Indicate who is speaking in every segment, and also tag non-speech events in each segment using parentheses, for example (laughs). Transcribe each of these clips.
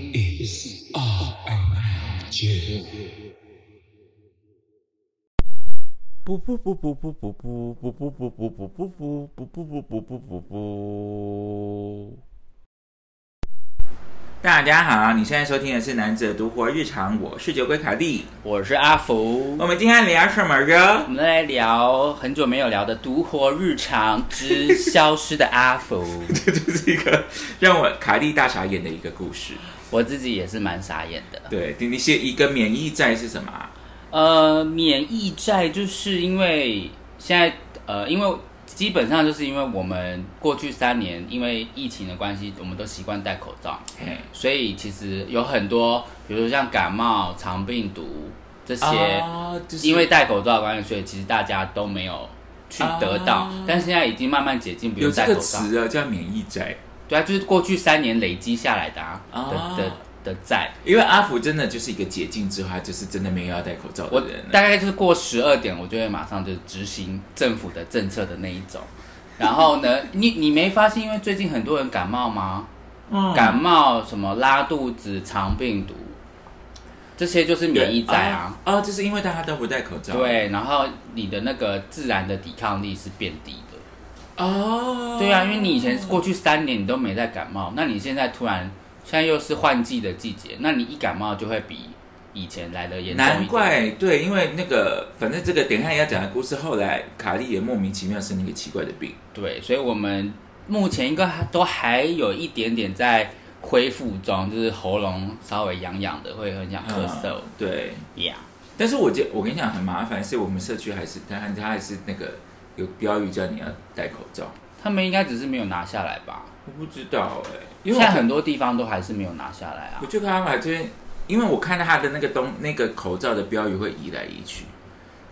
Speaker 1: is RMJ.
Speaker 2: 不不不不不不不不不不不不不不不不不不不不不。
Speaker 3: 大家好，你现在收听的是《男子的独活日常》，我是酒鬼凯莉。
Speaker 4: 我是阿福，
Speaker 3: 我们今天聊什么呢 (laughs)
Speaker 4: 我？们来聊很久没有聊的独活日常之消失的
Speaker 3: (laughs)
Speaker 4: 阿福。
Speaker 3: 这就是一个让我凯莉大傻眼的一个故事。
Speaker 4: 我自己也是蛮傻眼的。
Speaker 3: 对，你你写一个免疫债是什么啊？
Speaker 4: 呃，免疫债就是因为现在呃，因为基本上就是因为我们过去三年因为疫情的关系，我们都习惯戴口罩，
Speaker 3: 嘿
Speaker 4: 所以其实有很多，比如说像感冒、肠病毒这些。
Speaker 3: 啊，就是
Speaker 4: 哦因为戴口罩的关系，所以其实大家都没有去得到，
Speaker 3: 啊
Speaker 4: 但现在已经慢慢解禁，不
Speaker 3: 有
Speaker 4: 用
Speaker 3: 这
Speaker 4: 戴
Speaker 3: 个
Speaker 4: 口罩。
Speaker 3: 词啊，叫免疫债。
Speaker 4: 对啊，就是过去三年累积下来的啊
Speaker 3: 啊
Speaker 4: 的的的债，
Speaker 3: 因为阿福真的就是一个解禁之后，他就是真的没有要戴口罩
Speaker 4: 我
Speaker 3: 的人
Speaker 4: 大
Speaker 3: 了。
Speaker 4: 概就是过十二点，我就会马上就执行政府的政策的那一种。然后呢，你你没发现，因为最近很多人感冒吗？
Speaker 3: 嗯
Speaker 4: 感冒什么拉肚子、肠病毒，这些就是免疫债啊。
Speaker 3: 啊，哦就是因为大家都不戴口罩。
Speaker 4: 对，然后你的那个自然的抵抗力是变低的。
Speaker 3: 哦，
Speaker 4: 对啊，因为你以前过去三年你都没在感冒，那你现在突然现在又是换季的季节，那你一感冒就会比以前来的严重一点。
Speaker 3: 难怪对，因为那个反正这个等一下要讲的故事，后来卡莉也莫名其妙生了一个奇怪的病。
Speaker 4: 对，所以我们目前应该还都还有一点点在恢复中，就是喉咙稍微痒痒的，会很想咳嗽。
Speaker 3: 嗯对，
Speaker 4: Yeah，
Speaker 3: 但是我觉我跟你讲很麻烦，是我们社区还是他他还是那个有标语叫你要戴口罩，
Speaker 4: 他们应该只是没有拿下来吧？
Speaker 3: 我不知道哎、因
Speaker 4: 现
Speaker 3: 为我
Speaker 4: 在很多地方都还是没有拿下来啊
Speaker 3: 我。就看他买这边，因为我看到他的那个东那个口罩的标语会移来移去，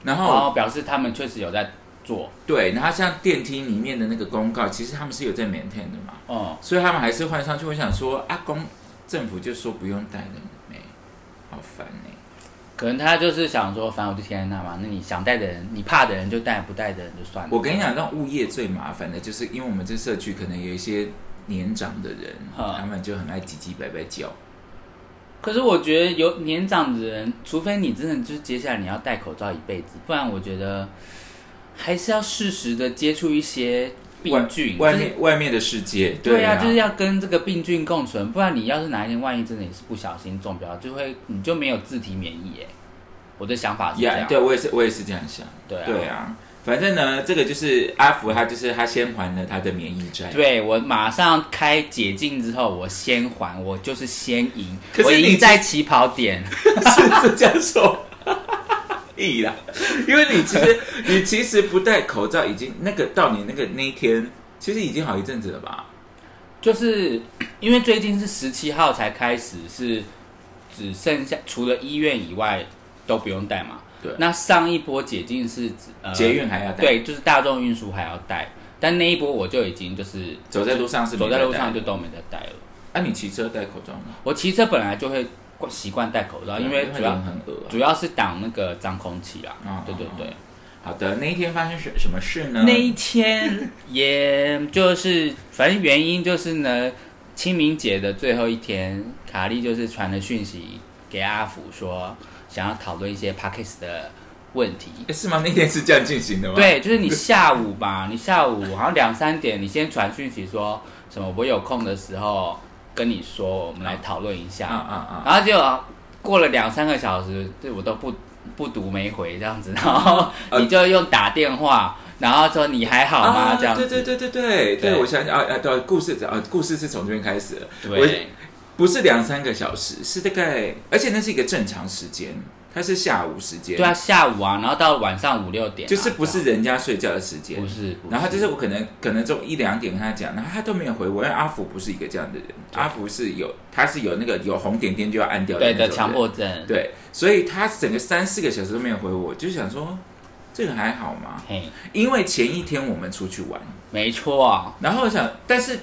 Speaker 3: 然后、
Speaker 4: 然后表示他们确实有在做，
Speaker 3: 对，然后像电梯里面的那个公告，其实他们是有在 maintain 的嘛，
Speaker 4: 哦、
Speaker 3: 所以他们还是换上去。我想说，阿公政府就说不用戴了没，好烦哎、
Speaker 4: 可能他就是想说，反正我就贴在那嘛，那你想带的人，你怕的人就带，不带的人就算了。
Speaker 3: 我跟你讲，让物业最麻烦的就是，因为我们这社区可能有一些年长的人，
Speaker 4: 哈
Speaker 3: 他们就很爱唧唧白白叫。
Speaker 4: 可是我觉得有年长的人，除非你真的就是接下来你要戴口罩一辈子，不然我觉得还是要适时的接触一些病菌。
Speaker 3: 外外
Speaker 4: 就是
Speaker 3: 面外面的世界，
Speaker 4: 对
Speaker 3: 啊，
Speaker 4: 啊，就是要跟这个病菌共存，不然你要是哪一天万一真的也是不小心中标，就会你就没有自体免疫耶。我的想法是这
Speaker 3: 呀
Speaker 4: 样。
Speaker 3: 对我也是，我也是这样想。
Speaker 4: 对啊
Speaker 3: 对啊，反正呢，这个就是阿福，他就是他先还了他的免疫债。
Speaker 4: 对我马上开解禁之后，我先还，我就是先赢，
Speaker 3: 可是
Speaker 4: 我
Speaker 3: 你
Speaker 4: 赢在起跑点。
Speaker 3: 是是这样说。 (laughs) 意啦，因为你其实你其实不戴口罩已经那个到你那个那一天，其实已经好一阵子了吧？
Speaker 4: 就是 (clears throat) 因为最近是十七号才开始，是只剩下除了医院以外都不用戴嘛。
Speaker 3: 对
Speaker 4: 那上一波解禁是指呃
Speaker 3: 捷运还要戴，，
Speaker 4: 对，就是大众运输还要戴，但那一波我就已经就是
Speaker 3: 走在路上是没
Speaker 4: 走在路
Speaker 3: 戴
Speaker 4: 上就都没再戴了。
Speaker 3: 啊，你骑车戴口罩吗？
Speaker 4: 我骑车本来就会惯习惯戴口罩，因为
Speaker 3: 会
Speaker 4: 主要
Speaker 3: 人很恶、啊。
Speaker 4: 主要是挡那个脏空气啦。
Speaker 3: 嗯
Speaker 4: 对对对。
Speaker 3: 好的，那一天发生什什么事呢？
Speaker 4: 那一天， (laughs) 也就是反正原因就是呢，清明节的最后一天，卡莉就是传了讯息给阿福说，想要讨论一些 p a c k a g e 的问题。
Speaker 3: 诶是吗？那天是这样进行的吗？，
Speaker 4: 对，就是你下午吧，你下午好像两三点，你先传讯息说什么我有空的时候跟你说，我们来讨论一下。
Speaker 3: 啊啊啊！
Speaker 4: 然后就过了两三个小时，对我都不不读没回这样子，然后
Speaker 3: 呃
Speaker 4: 你就用打电话，然后说你还好吗、
Speaker 3: 啊，
Speaker 4: 这样
Speaker 3: 对对
Speaker 4: 子。
Speaker 3: 对对对对，
Speaker 4: 对
Speaker 3: 我想想啊啊，对，故事啊，故事是从这边开始的。
Speaker 4: 对
Speaker 3: 不是两三个小时，是大概，而且那是一个正常时间，它是下午时间，
Speaker 4: 对啊，，下午啊，然后到晚上五六点啊、
Speaker 3: 就是不是
Speaker 4: 这
Speaker 3: 人家睡觉的时间，
Speaker 4: 样不是，不
Speaker 3: 然后就是我可能可能中一两点跟他讲，然后他都没有回我，因为阿福不是一个这样的人，阿福是有他是有那个有红点点就要按掉的
Speaker 4: 对
Speaker 3: 那种
Speaker 4: 的
Speaker 3: 人
Speaker 4: 强迫症，，
Speaker 3: 对，所以他整个三四个小时都没有回我，就想说这个还好吗？
Speaker 4: 嘿，
Speaker 3: 因为前一天我们出去玩，
Speaker 4: 没错，
Speaker 3: 然后我想，但是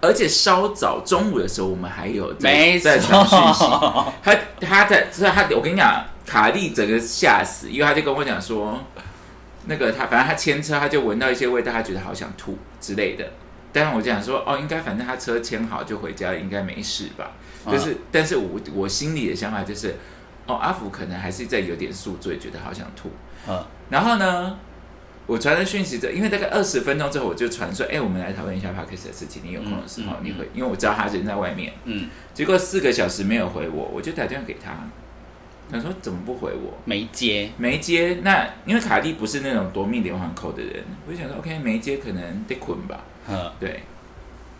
Speaker 3: 而且稍早中午的时候，我们还有在
Speaker 4: 没
Speaker 3: 在传讯息，
Speaker 4: 错，
Speaker 3: 他他在，所以他我跟你讲，卡莉整个吓死，因为他就跟我讲说，那个他反正他牵车，他就闻到一些味道，他觉得好想吐之类的。但是我就想说，哦，应该反正他车签好就回家了，应该没事吧？
Speaker 4: 嗯
Speaker 3: 就是，但是我我心里的想法就是，哦，阿福可能还是在有点宿醉，觉得好想吐。
Speaker 4: 嗯
Speaker 3: 然后呢，我传了讯息之后，因为大概二十分钟之后，我就传说，哎，我们来讨论一下 p a c k a g e 的事情，你有空的时候
Speaker 4: 嗯嗯
Speaker 3: 你会，因为我知道他人在外面。
Speaker 4: (laughs) 嗯，
Speaker 3: 结果四个小时没有回我，我就打电话给他，他说怎么不回我？
Speaker 4: 没接，
Speaker 3: 没接，那因为卡蒂不是那种夺命连环扣的人，我就想说 OK 没接可能得捆吧，
Speaker 4: 嗯
Speaker 3: 对。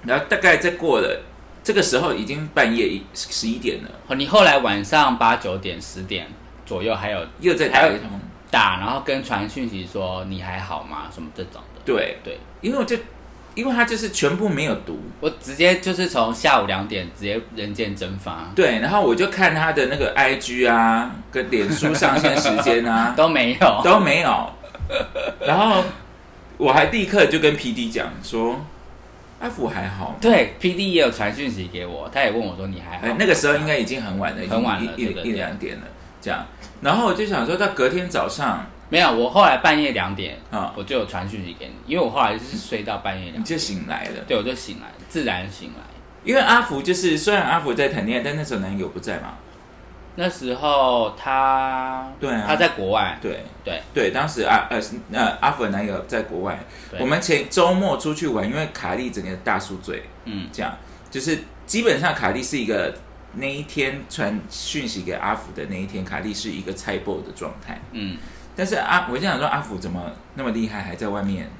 Speaker 3: 然后大概再过了这个时候已经半夜一十一点了，
Speaker 4: 哦你后来晚上八九点、十点左右还有
Speaker 3: 又再打一通，
Speaker 4: 打，然后跟传讯息说你还好吗？什么这种的。
Speaker 3: 对，
Speaker 4: 对，
Speaker 3: 因为我就因为他就是全部没有读，
Speaker 4: 我直接就是从下午两点直接人间蒸发，
Speaker 3: 对，然后我就看他的那个 IG 啊，跟脸书上线时间啊
Speaker 4: 都没有。
Speaker 3: 都没有，
Speaker 4: (laughs)
Speaker 3: 然后我还立刻就跟 PD 讲说，阿福还好吗？
Speaker 4: 对，P D 也有传讯息给我，他也问我说你还好
Speaker 3: 哎
Speaker 4: 吗，？
Speaker 3: 那个时候应该已经很晚了，已经
Speaker 4: 很晚了
Speaker 3: 一一
Speaker 4: 对对
Speaker 3: 一
Speaker 4: 对
Speaker 3: 两点了，这样。然后我就想说，到隔天早上，
Speaker 4: 没有，我后来半夜两点
Speaker 3: 啊
Speaker 4: 我就有传讯息给你，因为我后来就是睡到半夜两
Speaker 3: 你
Speaker 4: 点，
Speaker 3: 就醒来了，
Speaker 4: 对我就醒来，自然醒来。
Speaker 3: 因为阿福就是虽然阿福在谈恋爱，但那时候男友不在嘛，
Speaker 4: 那时候他
Speaker 3: 对啊
Speaker 4: 他在国外，
Speaker 3: 对
Speaker 4: 对
Speaker 3: 对，当时阿呃是呃阿福的男友在国外，
Speaker 4: 对
Speaker 3: 我们前周末出去玩，因为卡莉整个大宿醉，
Speaker 4: 嗯
Speaker 3: 这样就是基本上卡莉是一个那一天传讯息给阿福的那一天，卡莉是一个菜爆的状态，
Speaker 4: 嗯，
Speaker 3: 但是阿，我就想说阿福怎么那么厉害，还在外面，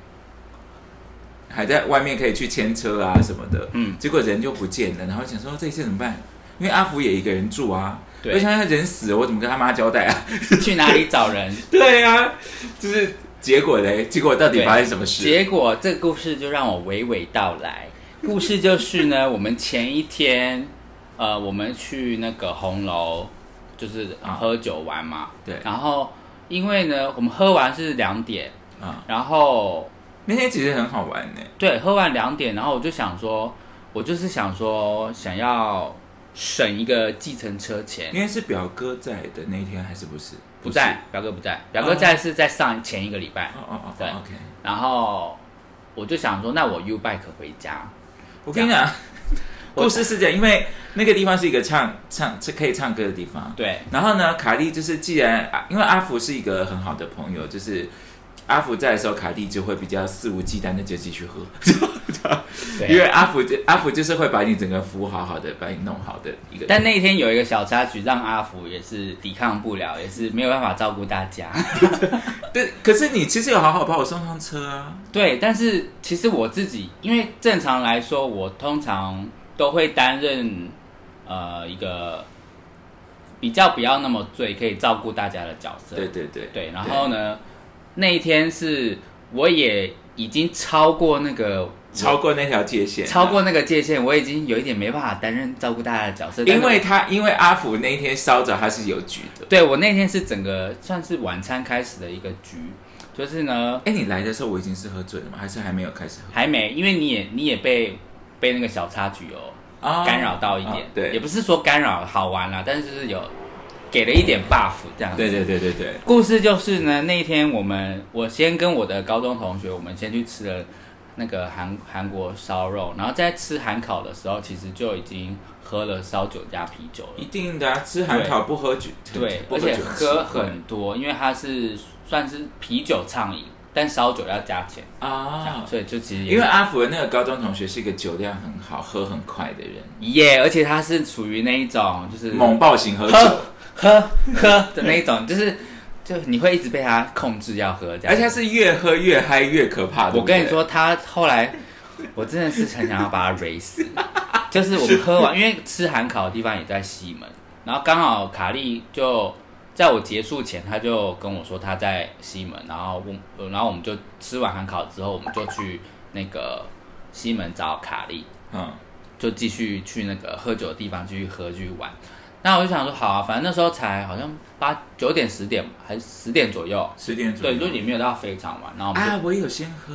Speaker 3: 还在外面可以去牵车啊什么的，
Speaker 4: 嗯
Speaker 3: 结果人就不见了，然后想说这一次怎么办？因为阿福也一个人住啊，
Speaker 4: 对
Speaker 3: 我想他人死了，我怎么跟他妈交代啊？ (laughs)
Speaker 4: 去哪里找人？
Speaker 3: 对啊，就是结果嘞，结果到底
Speaker 4: 对
Speaker 3: 发生什么事？
Speaker 4: 结果这个故事就让我娓娓道来。故事就
Speaker 3: (laughs)
Speaker 4: 是呢，我们前一天，呃，我们去那个红楼，就是
Speaker 3: 啊
Speaker 4: 喝酒玩嘛。
Speaker 3: 对
Speaker 4: 然后因为呢，我们喝完是两点，
Speaker 3: 啊，
Speaker 4: 然后
Speaker 3: 那天其实很好玩呢、
Speaker 4: 对，喝完两点，然后我就想说，我就是想说，想要省一个计程车钱。
Speaker 3: 因为是表哥在的那一天还是不是？
Speaker 4: 不在，表哥不在，表哥在是在上前一个礼拜
Speaker 3: 不。是。哦哦哦，
Speaker 4: 对
Speaker 3: o k
Speaker 4: 然后我就想说，那我 U bike 回家。
Speaker 3: 我跟你讲， (laughs) 故事是这样，因为那个地方是一个唱唱是可以唱歌的地方，
Speaker 4: 对，
Speaker 3: 然后呢，卡莉就是既然啊因为阿福是一个很好的朋友，就是阿福在的时候，卡莉就会比较肆无忌惮的就继续喝， (laughs)
Speaker 4: 对
Speaker 3: 因为阿福就阿福就是会把你整个服务好好的，把你弄好的一个。
Speaker 4: 但那一天有一个小插曲，让阿福也是抵抗不了，也是没有办法照顾大家。 (laughs)
Speaker 3: 但可是你其实有好好把我送上车啊，
Speaker 4: 对，但是其实我自己，因为正常来说，我通常都会担任呃一个比较不要那么醉，可以照顾大家的角色。
Speaker 3: 对对对
Speaker 4: 对，然后呢，那一天是我也已经超过那个
Speaker 3: 超过那条界限，
Speaker 4: 超。过那个界限，我已经有一点没办法担任照顾大家的角色，但
Speaker 3: 因
Speaker 4: 是
Speaker 3: 为他，因为阿福那天烧着他是有局的。
Speaker 4: 对我那天是整个算是晚餐开始的一个局，就是呢
Speaker 3: 哎，你来的时候我已经是喝醉了吗？还是还没有开始喝？
Speaker 4: 还没，因为你也你也被被那个小插曲有
Speaker 3: 哦
Speaker 4: 干扰到一点，
Speaker 3: 哦对
Speaker 4: 也不是说干扰好玩啦，但是就是有给了一点 buff 这样子。
Speaker 3: 对对对对对，
Speaker 4: 故事就是呢，那一天我们我先跟我的高中同学，我们先去吃了那个韩韩国烧肉，然后在吃韩烤的时候，其实就已经喝了烧酒加啤酒了
Speaker 3: 一。定的啊，吃韩烤不喝酒，
Speaker 4: 对，
Speaker 3: 不
Speaker 4: 而
Speaker 3: 喝
Speaker 4: 且
Speaker 3: 酒嗯很奇
Speaker 4: 喝
Speaker 3: 怪
Speaker 4: 很多，因为它是算是啤酒畅饮，但烧酒要加钱，这样
Speaker 3: 啊，
Speaker 4: 所以就其实也
Speaker 3: 因为阿福的那个高中同学是一个酒量很好、喝很快的人，
Speaker 4: 耶而且它是属于那一种就是
Speaker 3: 猛暴型喝酒
Speaker 4: 嗯喝，喝喝的那一种，就是就你会一直被它控制要喝这样。
Speaker 3: 而且他是越喝越嗨越可怕的。
Speaker 4: 我跟你
Speaker 3: 对不
Speaker 4: 说，他后来我真的是很想要把它 r 死，就是我们喝完，因为吃韩烤的地方也在西门，然后刚好卡莉就在我结束前，他就跟我说他在西门，然后我呃然后我们就吃完韩烤之后，我们就去那个西门找卡莉，
Speaker 3: 对，嗯，
Speaker 4: 就继续去那个喝酒的地方继续喝继续玩。那我就想说，好啊，反正那时候才好像八九点十点还是十点左右，
Speaker 3: 十点左
Speaker 4: 对，
Speaker 3: 右。
Speaker 4: 就也没有到非常晚。然后我们就、
Speaker 3: 啊，我有先喝，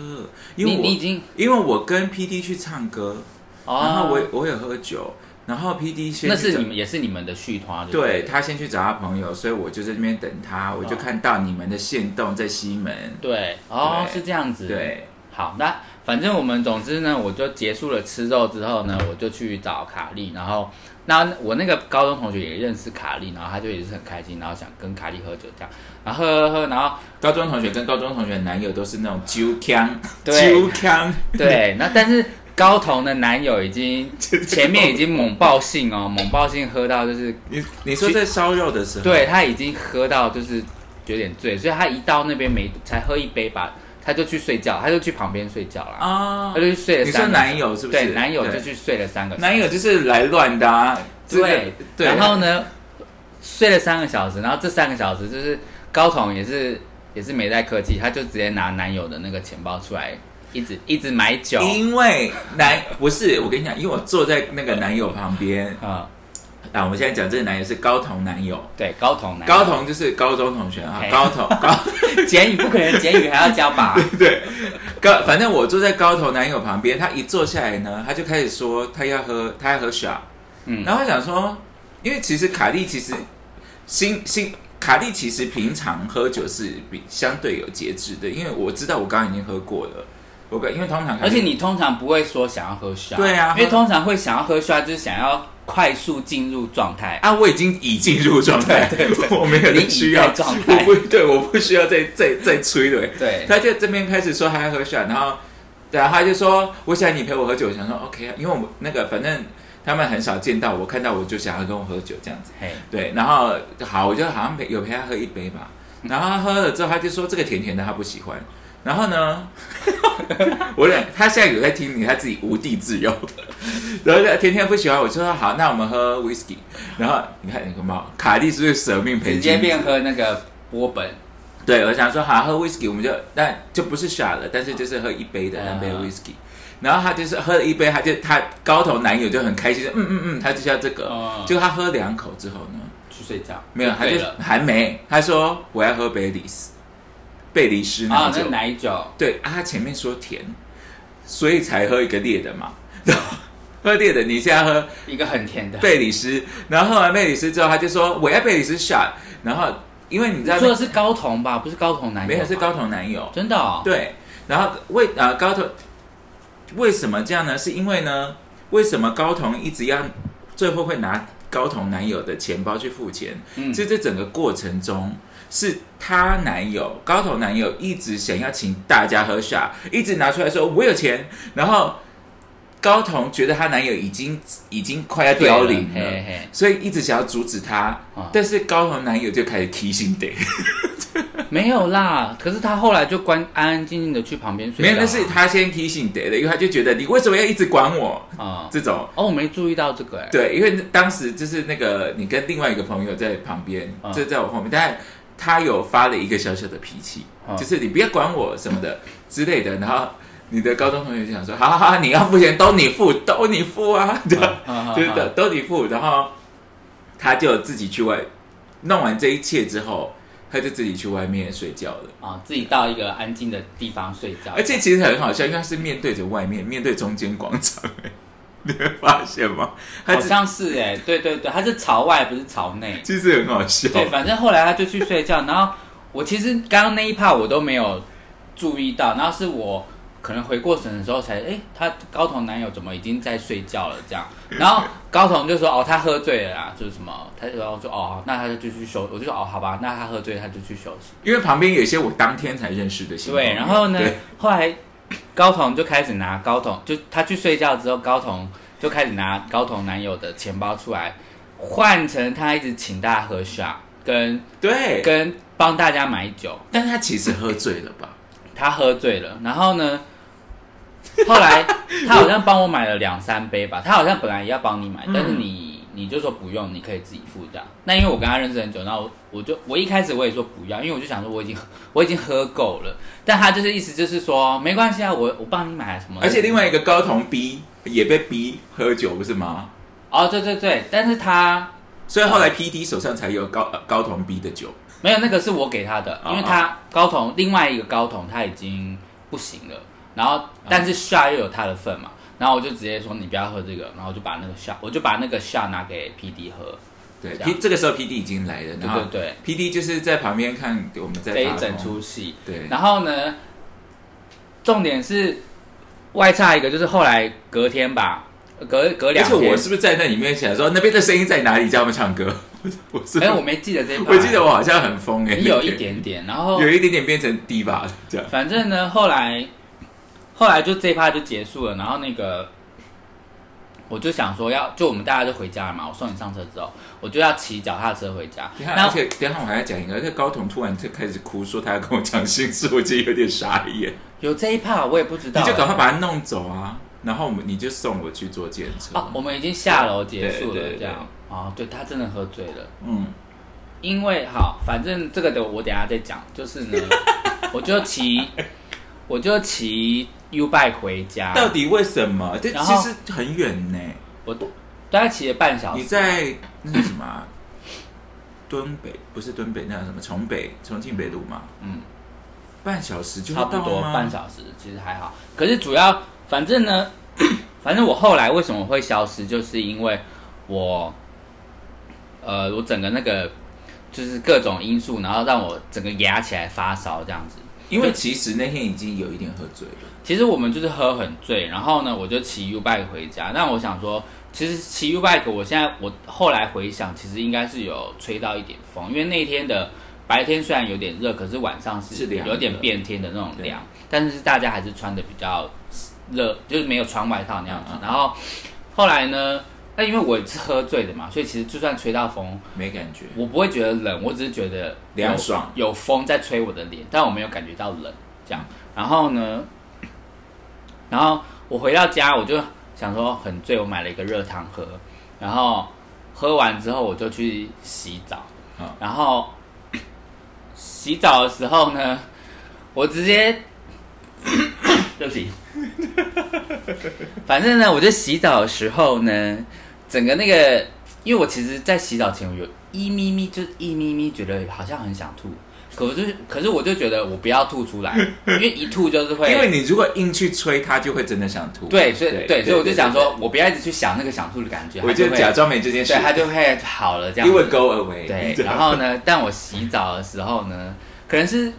Speaker 3: 因
Speaker 4: 你
Speaker 3: 为
Speaker 4: 你已
Speaker 3: 我
Speaker 4: 经
Speaker 3: 因为我跟 P D 去唱歌，
Speaker 4: 哦，
Speaker 3: 然啊后我我有喝酒，然后 P D 先
Speaker 4: 那
Speaker 3: 去
Speaker 4: 是
Speaker 3: 找
Speaker 4: 你们也是你们的续团，不
Speaker 3: 对他先去找他朋友，所以我就在那边等他，我就
Speaker 4: 嗯
Speaker 3: 看到你们的线动在西门，
Speaker 4: 对哦
Speaker 3: 对
Speaker 4: 是这样子
Speaker 3: 对，
Speaker 4: 好那反正我们总之呢，我就结束了吃肉之后呢，我就去找卡莉，然后那我那个高中同学也认识卡莉，然后他就也是很开心，然后想跟卡莉喝酒这样，然后喝喝喝，然后
Speaker 3: 高中同学跟高中同学的男友都是那种揪腔，
Speaker 4: 对
Speaker 3: 揪腔， (laughs)
Speaker 4: 对，那但是高彤的男友已经前面已经猛爆性哦，猛爆性喝到就是，
Speaker 3: 你你说在烧肉的时候，
Speaker 4: 对他已经喝到就是有点醉，所以他一到那边没才喝一杯吧，他就去睡觉，他就去旁边睡觉啦，
Speaker 3: 啊
Speaker 4: 他，就去睡了
Speaker 3: 你说
Speaker 4: 三个小时。
Speaker 3: 男友是不是？
Speaker 4: 对，男友就
Speaker 3: 对
Speaker 4: 去睡了三个小时。
Speaker 3: 男友就是来乱的、啊，
Speaker 4: 对
Speaker 3: 就是，对，
Speaker 4: 然后呢，睡了三个小时，然后这三个小时就是高筒也是也是没在客气，他就直接拿男友的那个钱包出来，一直一直买酒，
Speaker 3: 因为男不是我跟你讲，因为我坐在那个男友旁边
Speaker 4: 啊、
Speaker 3: 啊，我们现在讲这个男友是高同男友，
Speaker 4: 对，高筒男友
Speaker 3: 高同就是高中同学啊
Speaker 4: 嘿，
Speaker 3: 高同高
Speaker 4: 简语不可能，简语还要
Speaker 3: (laughs)
Speaker 4: 加吧？
Speaker 3: 对高，反正我坐在高头男友旁边，他一坐下来呢，他就开始说他要喝他要喝 shot，
Speaker 4: 嗯
Speaker 3: 然后我想说，因为其实卡莉其实心心卡莉其实平常喝酒是比相对有节制的，因为我知道我刚刚已经喝过了，我刚因为通常卡莉
Speaker 4: 而且你通常不会说想要喝 shot，
Speaker 3: 对啊
Speaker 4: 因为通常会想要喝 shot 就是想要快速进入状态。
Speaker 3: 啊，我已经已进入状
Speaker 4: (laughs)
Speaker 3: 态，我没
Speaker 4: 你
Speaker 3: 有
Speaker 4: 已
Speaker 3: 需要
Speaker 4: 在状态
Speaker 3: 我不对，我不需要再再再催了。
Speaker 4: 对
Speaker 3: 他就这边开始说他要喝水，然后对啊，他就说我想你陪我喝酒，我想说 OK，啊因为我们那个反正他们很少见到我，看到我就想要跟我喝酒这样子。
Speaker 4: 嘿，
Speaker 3: 对，然后好，我就好像陪有陪他喝一杯吧，
Speaker 4: 嗯
Speaker 3: 然后他喝了之后，他就说这个甜甜的他不喜欢。然后呢， (laughs) 我忍，他现在有在听你，他自己无地自容。然后他甜甜不喜欢，我就说好，那我们喝 whisky。然后你看你个猫，卡莉是不是舍命陪君
Speaker 4: 直接
Speaker 3: 子
Speaker 4: 变喝那个波本，
Speaker 3: 对，我想说好喝 whisky，我们就但就不是傻了，但是就是喝一杯的那杯
Speaker 4: 嗯
Speaker 3: whisky。然后他就是喝了一杯，他就他高头男友就很开心，嗯嗯嗯，他就要这个。
Speaker 4: 嗯
Speaker 3: 结果他喝两口之后呢，
Speaker 4: 去睡觉，
Speaker 3: 没有，他
Speaker 4: 醉
Speaker 3: 就
Speaker 4: 了
Speaker 3: 还没，他说我要喝贝里斯，贝里斯奶，
Speaker 4: 啊那
Speaker 3: 酒。
Speaker 4: 奶酒，
Speaker 3: 对啊，他前面说甜，所以才喝一个烈的嘛。 (laughs) 然后喝烈的，你现在喝
Speaker 4: 一个很甜的。
Speaker 3: 贝里斯，然后喝完贝里斯之后，他就说我要贝里斯 shot。然后因为你知
Speaker 4: 你
Speaker 3: 道
Speaker 4: 说的是高筒吧？不是高筒男友吧，
Speaker 3: 没有是高头男友，
Speaker 4: 真的哦。
Speaker 3: 对，然后为呃高彤为什么这样呢？是因为呢，为什么高彤一直要最后会拿高彤男友的钱包去付钱？
Speaker 4: 嗯
Speaker 3: 是这整个过程中。是她男友高头男友一直想要请大家喝下，一直拿出来说我有钱，然后高彤觉得她男友已经已经快要凋零
Speaker 4: 对
Speaker 3: 了，
Speaker 4: 了嘿嘿
Speaker 3: 所以一直想要阻止她，
Speaker 4: 啊
Speaker 3: 但是高头男友就开始提醒得，
Speaker 4: 没有啦。可是他后来就关安安静静的去旁边睡
Speaker 3: 没
Speaker 4: 觉啊。
Speaker 3: 有，那是他先提醒得的，因为他就觉得你为什么要一直管我
Speaker 4: 啊。
Speaker 3: 这种。
Speaker 4: 哦，我没注意到这个哎。
Speaker 3: 对，因为当时就是那个你跟另外一个朋友在旁边，
Speaker 4: 嗯
Speaker 3: 就在我后面，但他有发了一个小小的脾气，
Speaker 4: 嗯
Speaker 3: 就是你不要管我什么的之类的。然后你的高中同学就想说，好好好，你要付钱都你付，都你付啊，对，
Speaker 4: 嗯
Speaker 3: (laughs)
Speaker 4: 嗯
Speaker 3: 就是
Speaker 4: 嗯
Speaker 3: 都你付。然后他就自己去外弄完这一切之后，他就自己去外面睡觉了。
Speaker 4: 啊，自己到一个安静的地方睡觉。
Speaker 3: 而且其实很好笑，因为他是面对着外面，面对中间广场、 (laughs) 欸，你会发现吗？他
Speaker 4: 好
Speaker 3: 只
Speaker 4: 像是哎，对对对，他是朝外不是朝内。
Speaker 3: 其实很好笑，
Speaker 4: 对，反正后来他就去睡觉，然后我其实刚刚那一趴我都没有注意到，然后是我可能回过神的时候才，哎，他高彤男友怎么已经在睡觉了这样？然后高彤就说，哦，他喝醉了啦，就是什么，他然后说，哦，那他就去休，我就说，哦，好吧，那他喝醉他就去休息。
Speaker 3: 因为旁边有一些我当天才认识的新朋友
Speaker 4: 对，然后呢
Speaker 3: 嗯对，
Speaker 4: 后来高彤就开始拿高彤，就他去睡觉之后，高彤就开始拿高彤男友的钱包出来，换成他一直请大家喝 shot，跟
Speaker 3: 对，
Speaker 4: 跟帮大家买酒。
Speaker 3: 但他其实喝醉了吧？
Speaker 4: 他喝醉了，然后呢，
Speaker 3: (laughs)
Speaker 4: 后来他好像帮我买了两三杯吧，他好像本来也要帮你买，
Speaker 3: 嗯
Speaker 4: 但是你你就说不用，你可以自己付这样。那因为我跟他认识很久，那我我就我一开始我也说不要，因为我就想说我已经我已经喝够了，但他就是意思就是说没关系啊，我我帮你买什么的。
Speaker 3: 而且另外一个高同 B 也被逼喝酒，不是吗？
Speaker 4: 哦，对对对，但是他
Speaker 3: 所以后
Speaker 4: 嗯
Speaker 3: 来 P D 手上才有高呃高同 B 的酒，
Speaker 4: 没有，那个是我给他的，
Speaker 3: 哦
Speaker 4: 因为他高筒另外一个高筒他已经不行了，然后但是下又有他的份嘛，然后我就直接说你不要喝这个，然后我就把那个下我就把那个下拿给 P D 喝，
Speaker 3: 对
Speaker 4: 这样
Speaker 3: P 这个时候 P D 已经来了，
Speaker 4: 对
Speaker 3: 然后
Speaker 4: 啊对对，
Speaker 3: P D 就是在旁边看我们在
Speaker 4: 这一
Speaker 3: 发
Speaker 4: 整
Speaker 3: 疯
Speaker 4: 出戏，
Speaker 3: 对，
Speaker 4: 然后呢，重点是外差一个就是后来隔天吧，隔隔
Speaker 3: 而
Speaker 4: 两
Speaker 3: 且
Speaker 4: 天，
Speaker 3: 我是不是在那里面起来说那边的声音在哪里，叫他们唱歌？ (laughs) 我是不
Speaker 4: 哎、
Speaker 3: 是
Speaker 4: 我没记得这一 part，
Speaker 3: 我记得我好像很疯哎、
Speaker 4: 你有一点点，然
Speaker 3: (laughs)
Speaker 4: 后
Speaker 3: 有一点点变成低吧这样。
Speaker 4: 反正呢，后来后来就这一趴就结束了，然后那个我就想说要，就我们大家就回家了嘛。我送你上车之后，我就要骑脚踏车回家。
Speaker 3: 等一下，
Speaker 4: 那
Speaker 3: 而且等一下我还要讲一个，而且高彤突然就开始哭，说他要跟我讲心事，我其实有点傻眼。
Speaker 4: 有这一趴我也不知道
Speaker 3: 你
Speaker 4: 欸，
Speaker 3: 就赶快把他弄走啊，然后我们你就送我去坐电车。
Speaker 4: 哦，我们已经下楼结束
Speaker 3: 对
Speaker 4: 了
Speaker 3: 对，对
Speaker 4: 这样哦，对他真的喝醉了。
Speaker 3: 嗯，
Speaker 4: 因为好，反正这个的我等一下再讲，就是
Speaker 3: (laughs)
Speaker 4: 呢，我就骑我就骑 U bike 回家，
Speaker 3: 到底为什么？这
Speaker 4: 然
Speaker 3: 其
Speaker 4: 后哦
Speaker 3: 实很远呢、
Speaker 4: 我大概骑了半小时。
Speaker 3: 你在那是什么啊、敦北不是敦北，那叫什么崇北重庆北路嘛？
Speaker 4: 嗯，
Speaker 3: 半小时就会
Speaker 4: 差不
Speaker 3: 到
Speaker 4: 多
Speaker 3: 吗
Speaker 4: 半。小时，其实还好。可是主要，反正呢， (coughs) 反正我后来为什么会消失，就是因为我，呃，我整个那个就是各种因素，然后让我整个压起来发烧这样子。
Speaker 3: 因为其实那天已经有一点喝醉了，
Speaker 4: 其实我们就是喝很醉，然后呢，我就骑 U bike 回家。但我想说，其实骑 U bike，我现在我后来回想，其实应该是有吹到一点风，因为那天的白天虽然有点热，可是晚上
Speaker 3: 是
Speaker 4: 是
Speaker 3: 凉的
Speaker 4: 有点变天的那种凉
Speaker 3: 对，
Speaker 4: 但是大家还是穿的比较热，就是没有穿外套那样子。
Speaker 3: 嗯
Speaker 4: 然后后来呢，那因为我是喝醉的嘛，所以其实就算吹到风，
Speaker 3: 没感觉。
Speaker 4: 我不会觉得冷，我只是觉得有
Speaker 3: 凉爽
Speaker 4: 有风在吹我的脸，但我没有感觉到冷。这样，然后呢，然后我回到家，我就想说很醉，我买了一个热汤喝，然后喝完之后我就去洗澡，
Speaker 3: 嗯
Speaker 4: 然后 (coughs) 洗澡的时候呢，我直接。 (coughs) 对不起， (laughs) 反正呢，我就洗澡的时候呢，整个那个，因为我其实，在洗澡前我有一咪咪，就是一咪咪，觉得好像很想吐，可我就是，可是我就觉得我不要吐出来，因为一吐就是会，
Speaker 3: 因为你如果硬去吹，他就会真的想吐。
Speaker 4: 对，所以对，所以我就想，说，我不要一直去想那个想吐的感觉，
Speaker 3: 我
Speaker 4: 它就
Speaker 3: 就
Speaker 4: 会
Speaker 3: 假，装没这件事
Speaker 4: 对，。它就会好了这样
Speaker 3: 因
Speaker 4: 子。
Speaker 3: 为 go away。
Speaker 4: 对，
Speaker 3: 这样
Speaker 4: 然后呢，但我洗澡的时候呢，可能是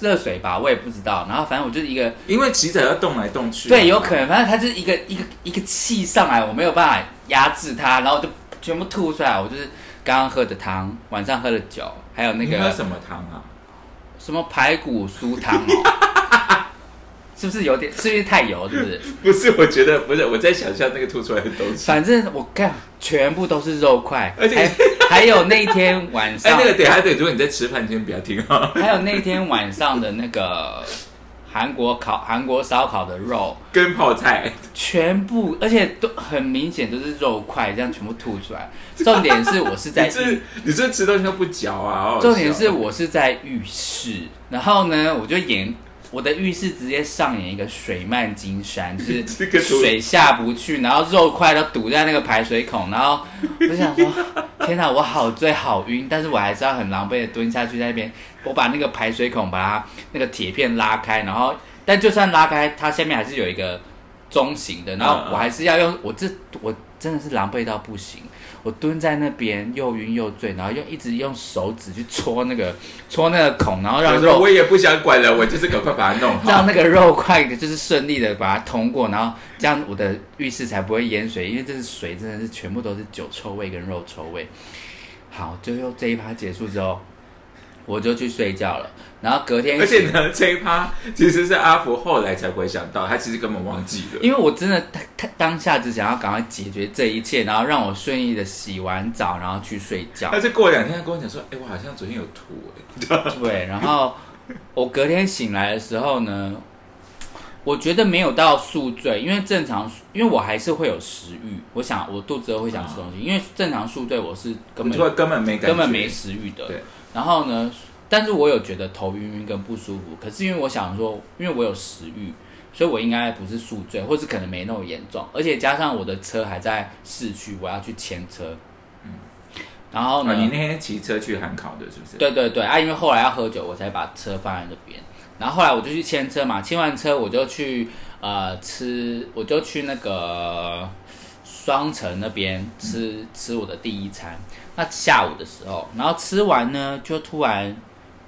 Speaker 4: 热水吧，我也不知道，然后反正我就是一个。
Speaker 3: 因为骑者要动来动去。啊
Speaker 4: 对，有可能，反正它就是一个一个一个气上来，我没有办法压制它，然后就全部吐出来。我就是刚刚喝的汤，晚上喝的酒，还有那
Speaker 3: 你喝
Speaker 4: 个
Speaker 3: 什么汤啊？ (laughs)
Speaker 4: 什么排骨酥汤哦，
Speaker 3: (laughs)
Speaker 4: 是不是有点？是不是太油？是不是？
Speaker 3: 不是，我觉得不是，我在想象那个吐出来的东西。
Speaker 4: 反正我看全部都是肉块，
Speaker 3: 而且
Speaker 4: 还还有那天晚
Speaker 3: (laughs) 哎，
Speaker 4: 上，
Speaker 3: 那个等一下对，如果你在吃饭，先不要听啊，
Speaker 4: (laughs) 还有那天晚上的那个韩国烤韩国烧烤的肉，
Speaker 3: 跟泡菜。
Speaker 4: 全部，而且都很明显都是肉块，这样全部吐出来。重点是我是在
Speaker 3: 你是你是吃东西都不嚼啊？好好笑
Speaker 4: 重点是我是在浴室，然后呢，我就演我的浴室直接上演一个水漫
Speaker 3: (laughs)
Speaker 4: 金山，就
Speaker 3: 这个
Speaker 4: 是
Speaker 3: 图
Speaker 4: 水下不去，然后肉块都堵在那个排水孔，然后我就想说，天哪，我好醉好晕，但是我还是要很狼狈的蹲下去在那边，我把那个排水孔把它那个铁片拉开，然后但就算拉开，它下面还是有一个中型的，然
Speaker 3: 嗯
Speaker 4: 后我还是要用我这我真的是狼狈到不行，我蹲在那边又晕又醉，然后用一直用手指去戳那个戳那个孔，然后让
Speaker 3: 我说
Speaker 4: 肉
Speaker 3: 我也不想管了，我就是赶快把它弄好。
Speaker 4: (laughs) 让那个肉块就是顺利的把它通过，然后这样我的浴室才不会淹水，因为这是水真的是全部都是酒臭味跟肉臭味。好，最后这一趴结束之后，我就去睡觉了，然后隔天
Speaker 3: 而且呢，这一趴其实是阿福后来才回想到，他其实根本忘记了。
Speaker 4: 因为我真的太太当下只想要赶快解决这一切，然后让我顺利的洗完澡，然后去睡觉
Speaker 3: 他。是过两天跟我讲说，哎、我好像昨天有吐、哎，
Speaker 4: 对，然后我隔天醒来的时候呢，我觉得没有到宿醉，因为正常，因为我还是会有食欲，我想我肚子饿会想吃东西，因为正常宿醉我是根
Speaker 3: 嗯你说
Speaker 4: 本
Speaker 3: 根本没感觉，
Speaker 4: 根本没食欲的
Speaker 3: 对。
Speaker 4: 然后呢，但是我有觉得头晕晕跟不舒服，可是因为我想说，因为我有食欲。所以我应该不是宿醉，或是可能没那么严重，而且加上我的车还在市区，我要去牵车。然后呢？
Speaker 3: 嗯啊你那天骑车去韩考的，是不是？，
Speaker 4: 嗯对对对，啊，因为后来要喝酒，我才把车放在那边。然后后来我就去牵车嘛，牵完车我就去呃吃，我就去那个双城那边吃、吃我的第一餐。那下午的时候，然后吃完呢，就突然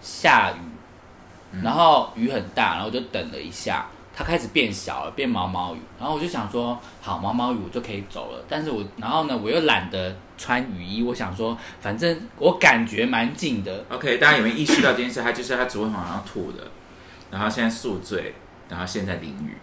Speaker 4: 下雨，然后雨很大，然后我就等了一下，它开始变小了，变毛毛雨。然后我就想说，好，毛毛雨我就可以走了。但是我，然后呢，我又懒得穿雨衣，我想说，反正我感觉蛮近的，
Speaker 3: OK，大家有没有意识到这件事？他就是他昨天晚上吐的，然后现在宿醉，然后现在淋雨。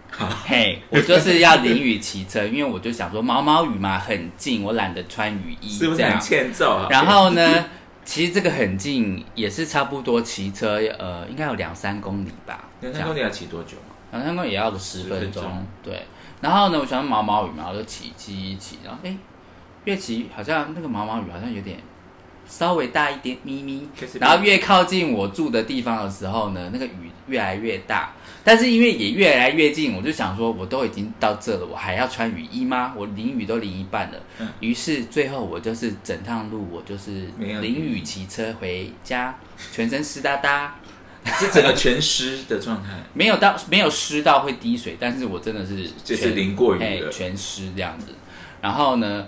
Speaker 4: 嘿，我就是要淋雨骑车，因为我就想说毛毛雨嘛很近，我懒得穿雨
Speaker 3: (laughs)
Speaker 4: 衣
Speaker 3: 是不
Speaker 4: 这
Speaker 3: 是很
Speaker 4: 样。
Speaker 3: 欠揍啊？
Speaker 4: 然后呢，其实这个很近，也是差不多骑车呃，应该有两三公里吧，
Speaker 3: 人
Speaker 4: 这
Speaker 3: 家
Speaker 4: 样
Speaker 3: 到底要骑多久啊？
Speaker 4: 两三公里也要个十分
Speaker 3: 分
Speaker 4: 钟
Speaker 3: 钟。
Speaker 4: 对，然后呢，我喜欢毛毛雨嘛，我就骑骑骑，然后哎，越骑好像那个毛毛雨好像有点稍微大一点咪咪
Speaker 3: 开始，
Speaker 4: 然后越靠近我住的地方的时候呢，那个雨越来越大，但是因为也越来越近，我就想说，我都已经到这了，我还要穿雨衣吗？我淋雨都淋一半了，
Speaker 3: 嗯
Speaker 4: 于是最后我就是整趟路我就是
Speaker 3: 没有
Speaker 4: 淋雨骑车回家，全身湿哒哒。
Speaker 3: 是整个全湿的状态，
Speaker 4: 没有到没有湿到会滴水，但是我真的是
Speaker 3: 就是
Speaker 4: 全
Speaker 3: 淋过雨
Speaker 4: 哎
Speaker 3: 了
Speaker 4: 全湿这样子。然后呢，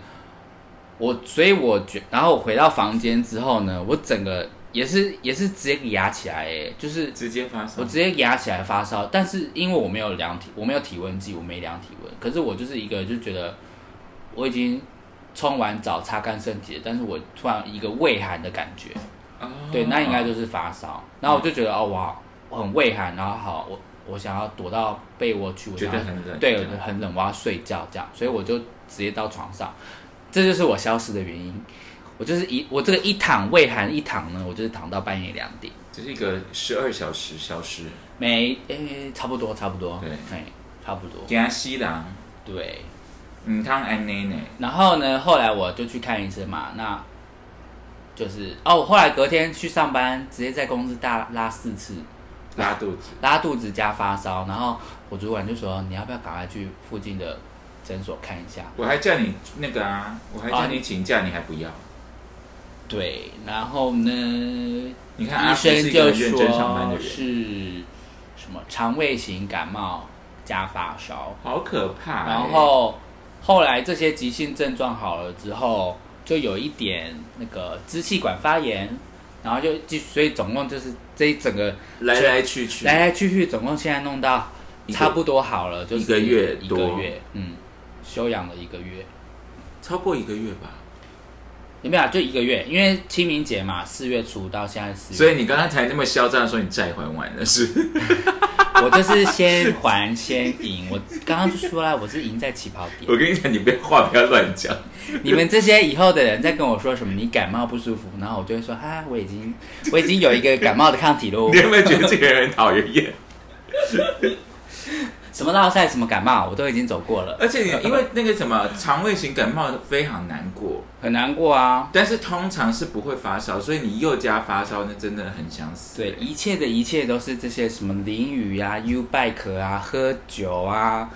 Speaker 4: 我所以我觉，然后我回到房间之后呢，我整个也是也是直接给压起来，哎，就是
Speaker 3: 直接发烧
Speaker 4: 我。直接压起来发烧，但是因为我没有量体，我没有体温计，我没量体温，可是我就是一个就觉得我已经冲完澡擦干身体了，但是我突然一个畏寒的感觉，
Speaker 3: 哦
Speaker 4: 对，那应该就是发烧。然后我就觉得哦，哇，我很畏寒，然后好，我我想要躲到被窝去，我
Speaker 3: 觉
Speaker 4: 想
Speaker 3: 得
Speaker 4: 要
Speaker 3: 很冷
Speaker 4: 对，
Speaker 3: 这样
Speaker 4: 我很冷，我要睡觉这样，所以我就直接到床上，这就是我消失的原因。我就是一我这个一躺畏寒一躺呢，我就是躺到半夜两点，
Speaker 3: 这是一个十二小时消失，
Speaker 4: 没诶、差不多差不多，
Speaker 3: 对
Speaker 4: 嘿，差不多，
Speaker 3: 给他吸狼，
Speaker 4: 对。
Speaker 3: 嗯，汤安内内，
Speaker 4: 然后呢，后来我就去看医生嘛，那就是哦，我后来隔天去上班，直接在公司大拉四次，
Speaker 3: 拉肚子，
Speaker 4: 拉肚子加发烧，然后我主管就说你要不要赶快去附近的诊所看一下？
Speaker 3: 我还叫你那个啊，我还叫
Speaker 4: 啊
Speaker 3: 你请假，你还不要。
Speaker 4: 对，然后呢，
Speaker 3: 你看阿
Speaker 4: 医
Speaker 3: 福是
Speaker 4: 生
Speaker 3: 一个
Speaker 4: 就
Speaker 3: 很认真上班的
Speaker 4: 说
Speaker 3: 人，
Speaker 4: 是什么肠胃型感冒加发烧，
Speaker 3: 好可怕欸。
Speaker 4: 然后后来这些急性症状好了之后，就有一点那个支气管发炎，然后就就所以总共就是这一整个
Speaker 3: 来来去去，
Speaker 4: 来来去去，总共现在弄到
Speaker 3: 一个
Speaker 4: 差不多好了，就是
Speaker 3: 一个月
Speaker 4: 一
Speaker 3: 多
Speaker 4: 个月，嗯，休养了一个月，
Speaker 3: 超过一个月吧。
Speaker 4: 有没有啊？就一个月，因为清明节嘛，四月初到现在四
Speaker 3: 所
Speaker 4: 月，
Speaker 3: 以你刚刚才那么嚣张的说你债还完了是？ (laughs)
Speaker 4: (laughs) 我就是先还先
Speaker 3: (laughs)
Speaker 4: 赢。我刚刚就说了，我是赢在起跑
Speaker 3: 我
Speaker 4: 点。
Speaker 3: 跟你讲，你不要话不要乱讲。
Speaker 4: 你们这些以后的人在跟我说什么你感冒不舒服，然后我就会说啊，我已经我已经有一个感冒的抗体
Speaker 3: (laughs)
Speaker 4: 喽
Speaker 3: 你。有没有觉得这个人很讨人厌？ (laughs)
Speaker 4: 什么落晒，什么感冒，我都已经走过了，
Speaker 3: 而且你因为那个什么肠胃型感冒非常难过，
Speaker 4: 很难过啊。
Speaker 3: 但是通常是不会发烧，所以你又加发烧，那真的很想死。
Speaker 4: 对，一切的一切都是这些什么淋雨啊、U bike 啊、喝酒啊，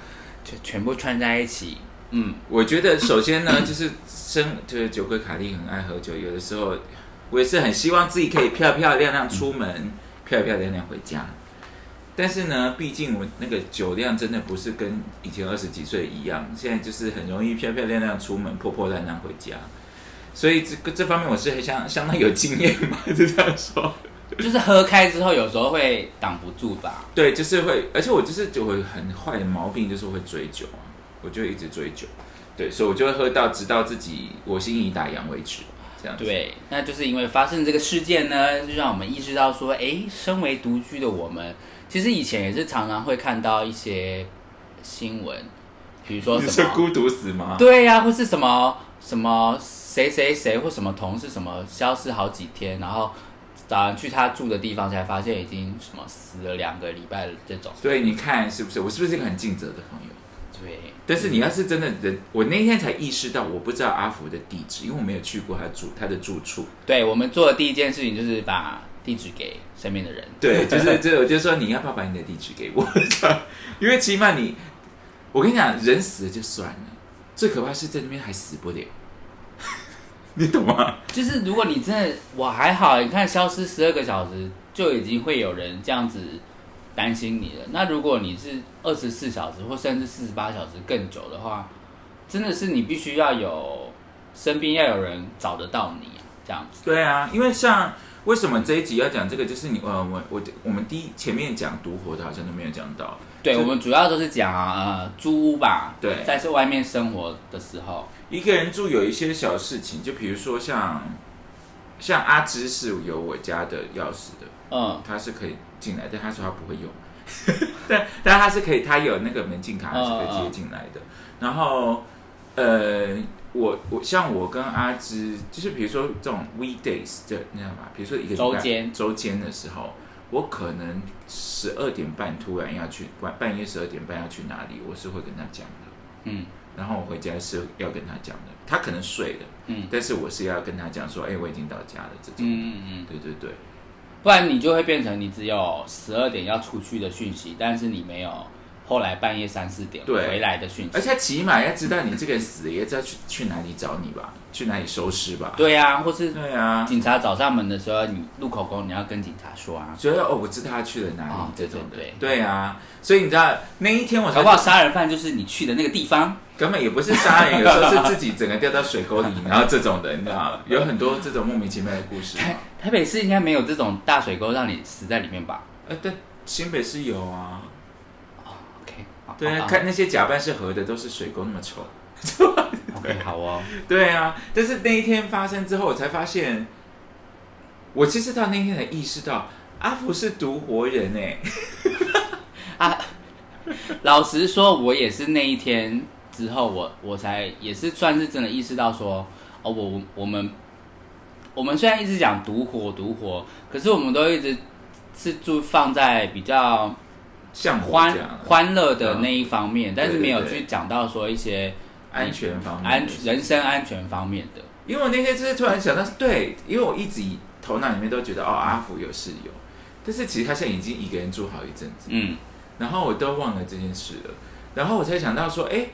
Speaker 4: 就全部串在一起。嗯，
Speaker 3: 我觉得首先呢，就是生就是酒鬼卡莉很爱喝酒，有的时候我也是很希望自己可以漂漂亮亮出门，漂漂亮亮回家。但是呢，毕竟我那个酒量真的不是跟以前二十几岁一样，现在就是很容易漂漂亮亮出门，破破烂烂回家。所以这个这方面我是很相相当有经验嘛， (laughs) 就这样说。
Speaker 4: 就是喝开之后，有时候会挡不住吧。
Speaker 3: 对，就是会，而且我就是就会很坏的毛病，就是会追酒啊，我就一直追酒，对，所以我就会喝到直到自己我心已打烊为止，这样子。，
Speaker 4: 对，那就是因为发生这个事件呢，就让我们意识到说，哎，身为独居的我们，其实以前也是常常会看到一些新闻，比如说
Speaker 3: 你
Speaker 4: 什
Speaker 3: 是
Speaker 4: 么
Speaker 3: 孤独死吗？
Speaker 4: 对呀、或是什么什么谁谁谁或什么同事什么消失好几天，然后早上去他住的地方才发现已经什么死了两个礼拜了这种。
Speaker 3: 所以你看是不是我是不是一个很尽责的朋友？
Speaker 4: 对，
Speaker 3: 但是你要是真的人，我那天才意识到，我不知道阿福的地址，因为我没有去过他住他的住处。
Speaker 4: 对我们做的第一件事情就是把地址给身边的人。
Speaker 3: (laughs) 对，就是这，我就说你要不要把你的地址给我？ (laughs) 因为起码你，我跟你讲，人死了就算了，最可怕是在那边还死不了， (laughs) 你懂吗？
Speaker 4: 就是如果你真的我还好，你看消失十二个小时就已经会有人这样子担心你了。那如果你是二十四小时或甚至四十八小时更久的话，真的是你必须要有身边要有人找得到你这样子。
Speaker 3: 对啊，因为像为什么这一集要讲这个，就是你呃，我我我们第一前面讲独活的，好像都没有讲到，
Speaker 4: 对，我们主要都是讲啊，呃，租屋吧，
Speaker 3: 对
Speaker 4: 在这外面生活的时候，
Speaker 3: 一个人住有一些小事情，就比如说像像阿芝是有我家的钥匙的，
Speaker 4: 嗯，
Speaker 3: 他是可以进来，但他说他不会用， (laughs) 但但他是可以，他有那个门禁卡，他是可以直接进来
Speaker 4: 哦
Speaker 3: 的。然后，呃，我我像我跟阿芝，就是比如说这种 weekdays 这你知道吗？比如说一个礼拜
Speaker 4: 周间
Speaker 3: 周间的时候，我可能十二点半突然要去，晚半夜十二点半要去哪里，我是会跟他讲的。
Speaker 4: 嗯，
Speaker 3: 然后我回家是要跟他讲的，他可能睡了，
Speaker 4: 嗯
Speaker 3: 但是我是要跟他讲说，哎、我已经到家了这种。
Speaker 4: 嗯嗯，
Speaker 3: 对对对。
Speaker 4: 不然你就会变成你只有十二点要出去的讯息，但是你没有后来半夜三四点
Speaker 3: 对
Speaker 4: 回来的讯
Speaker 3: 而
Speaker 4: 息。
Speaker 3: 且起码要知道你这个人死了，也知道去去哪里找你吧，去哪里收尸吧。
Speaker 4: 对呀、啊，或是
Speaker 3: 对啊，
Speaker 4: 警察找上门的时候，你录口供，你要跟警察说啊，
Speaker 3: 觉得哦，我知道他去了哪里，
Speaker 4: 哦
Speaker 3: 这种的
Speaker 4: 对对对
Speaker 3: 啊。所以你知道那一天我才
Speaker 4: 搞不好杀人犯就是你去的那个地方。
Speaker 3: 根本也不是杀人，有时候是自己整个掉到水沟里，然后这种的，你知道吗有很多这种莫名其妙的故事嘛。
Speaker 4: 台 (laughs) 台北市应该没有这种大水沟让你死在里面吧
Speaker 3: 呃，但新北是有啊，
Speaker 4: ？OK，好
Speaker 3: 对啊，
Speaker 4: 好
Speaker 3: 看那些假扮是河的，都是水沟那么丑。
Speaker 4: 好 OK，好哦，
Speaker 3: 对啊，但是那一天发生之后，我才发现，我其实到那天才意识到，阿福是独活人哎、
Speaker 4: 老实说，我也是那一天之后，我我才也是算是真的意识到说，哦，我我们我们虽然一直讲独活独活，可是我们都一直是住放在比较
Speaker 3: 像我
Speaker 4: 欢
Speaker 3: 这样
Speaker 4: 欢乐的那一方面，但是
Speaker 3: 对对
Speaker 4: 没有
Speaker 3: 对
Speaker 4: 去讲到说一些
Speaker 3: 安全方面
Speaker 4: 安人身安全方面的。
Speaker 3: 因为我那天就是突然想到，对，因为我一直以头脑里面都觉得哦，阿福有室友，但是其实他现在已经一个人住好一阵子，
Speaker 4: 嗯
Speaker 3: 然后我都忘了这件事了，然后我才想到说，哎，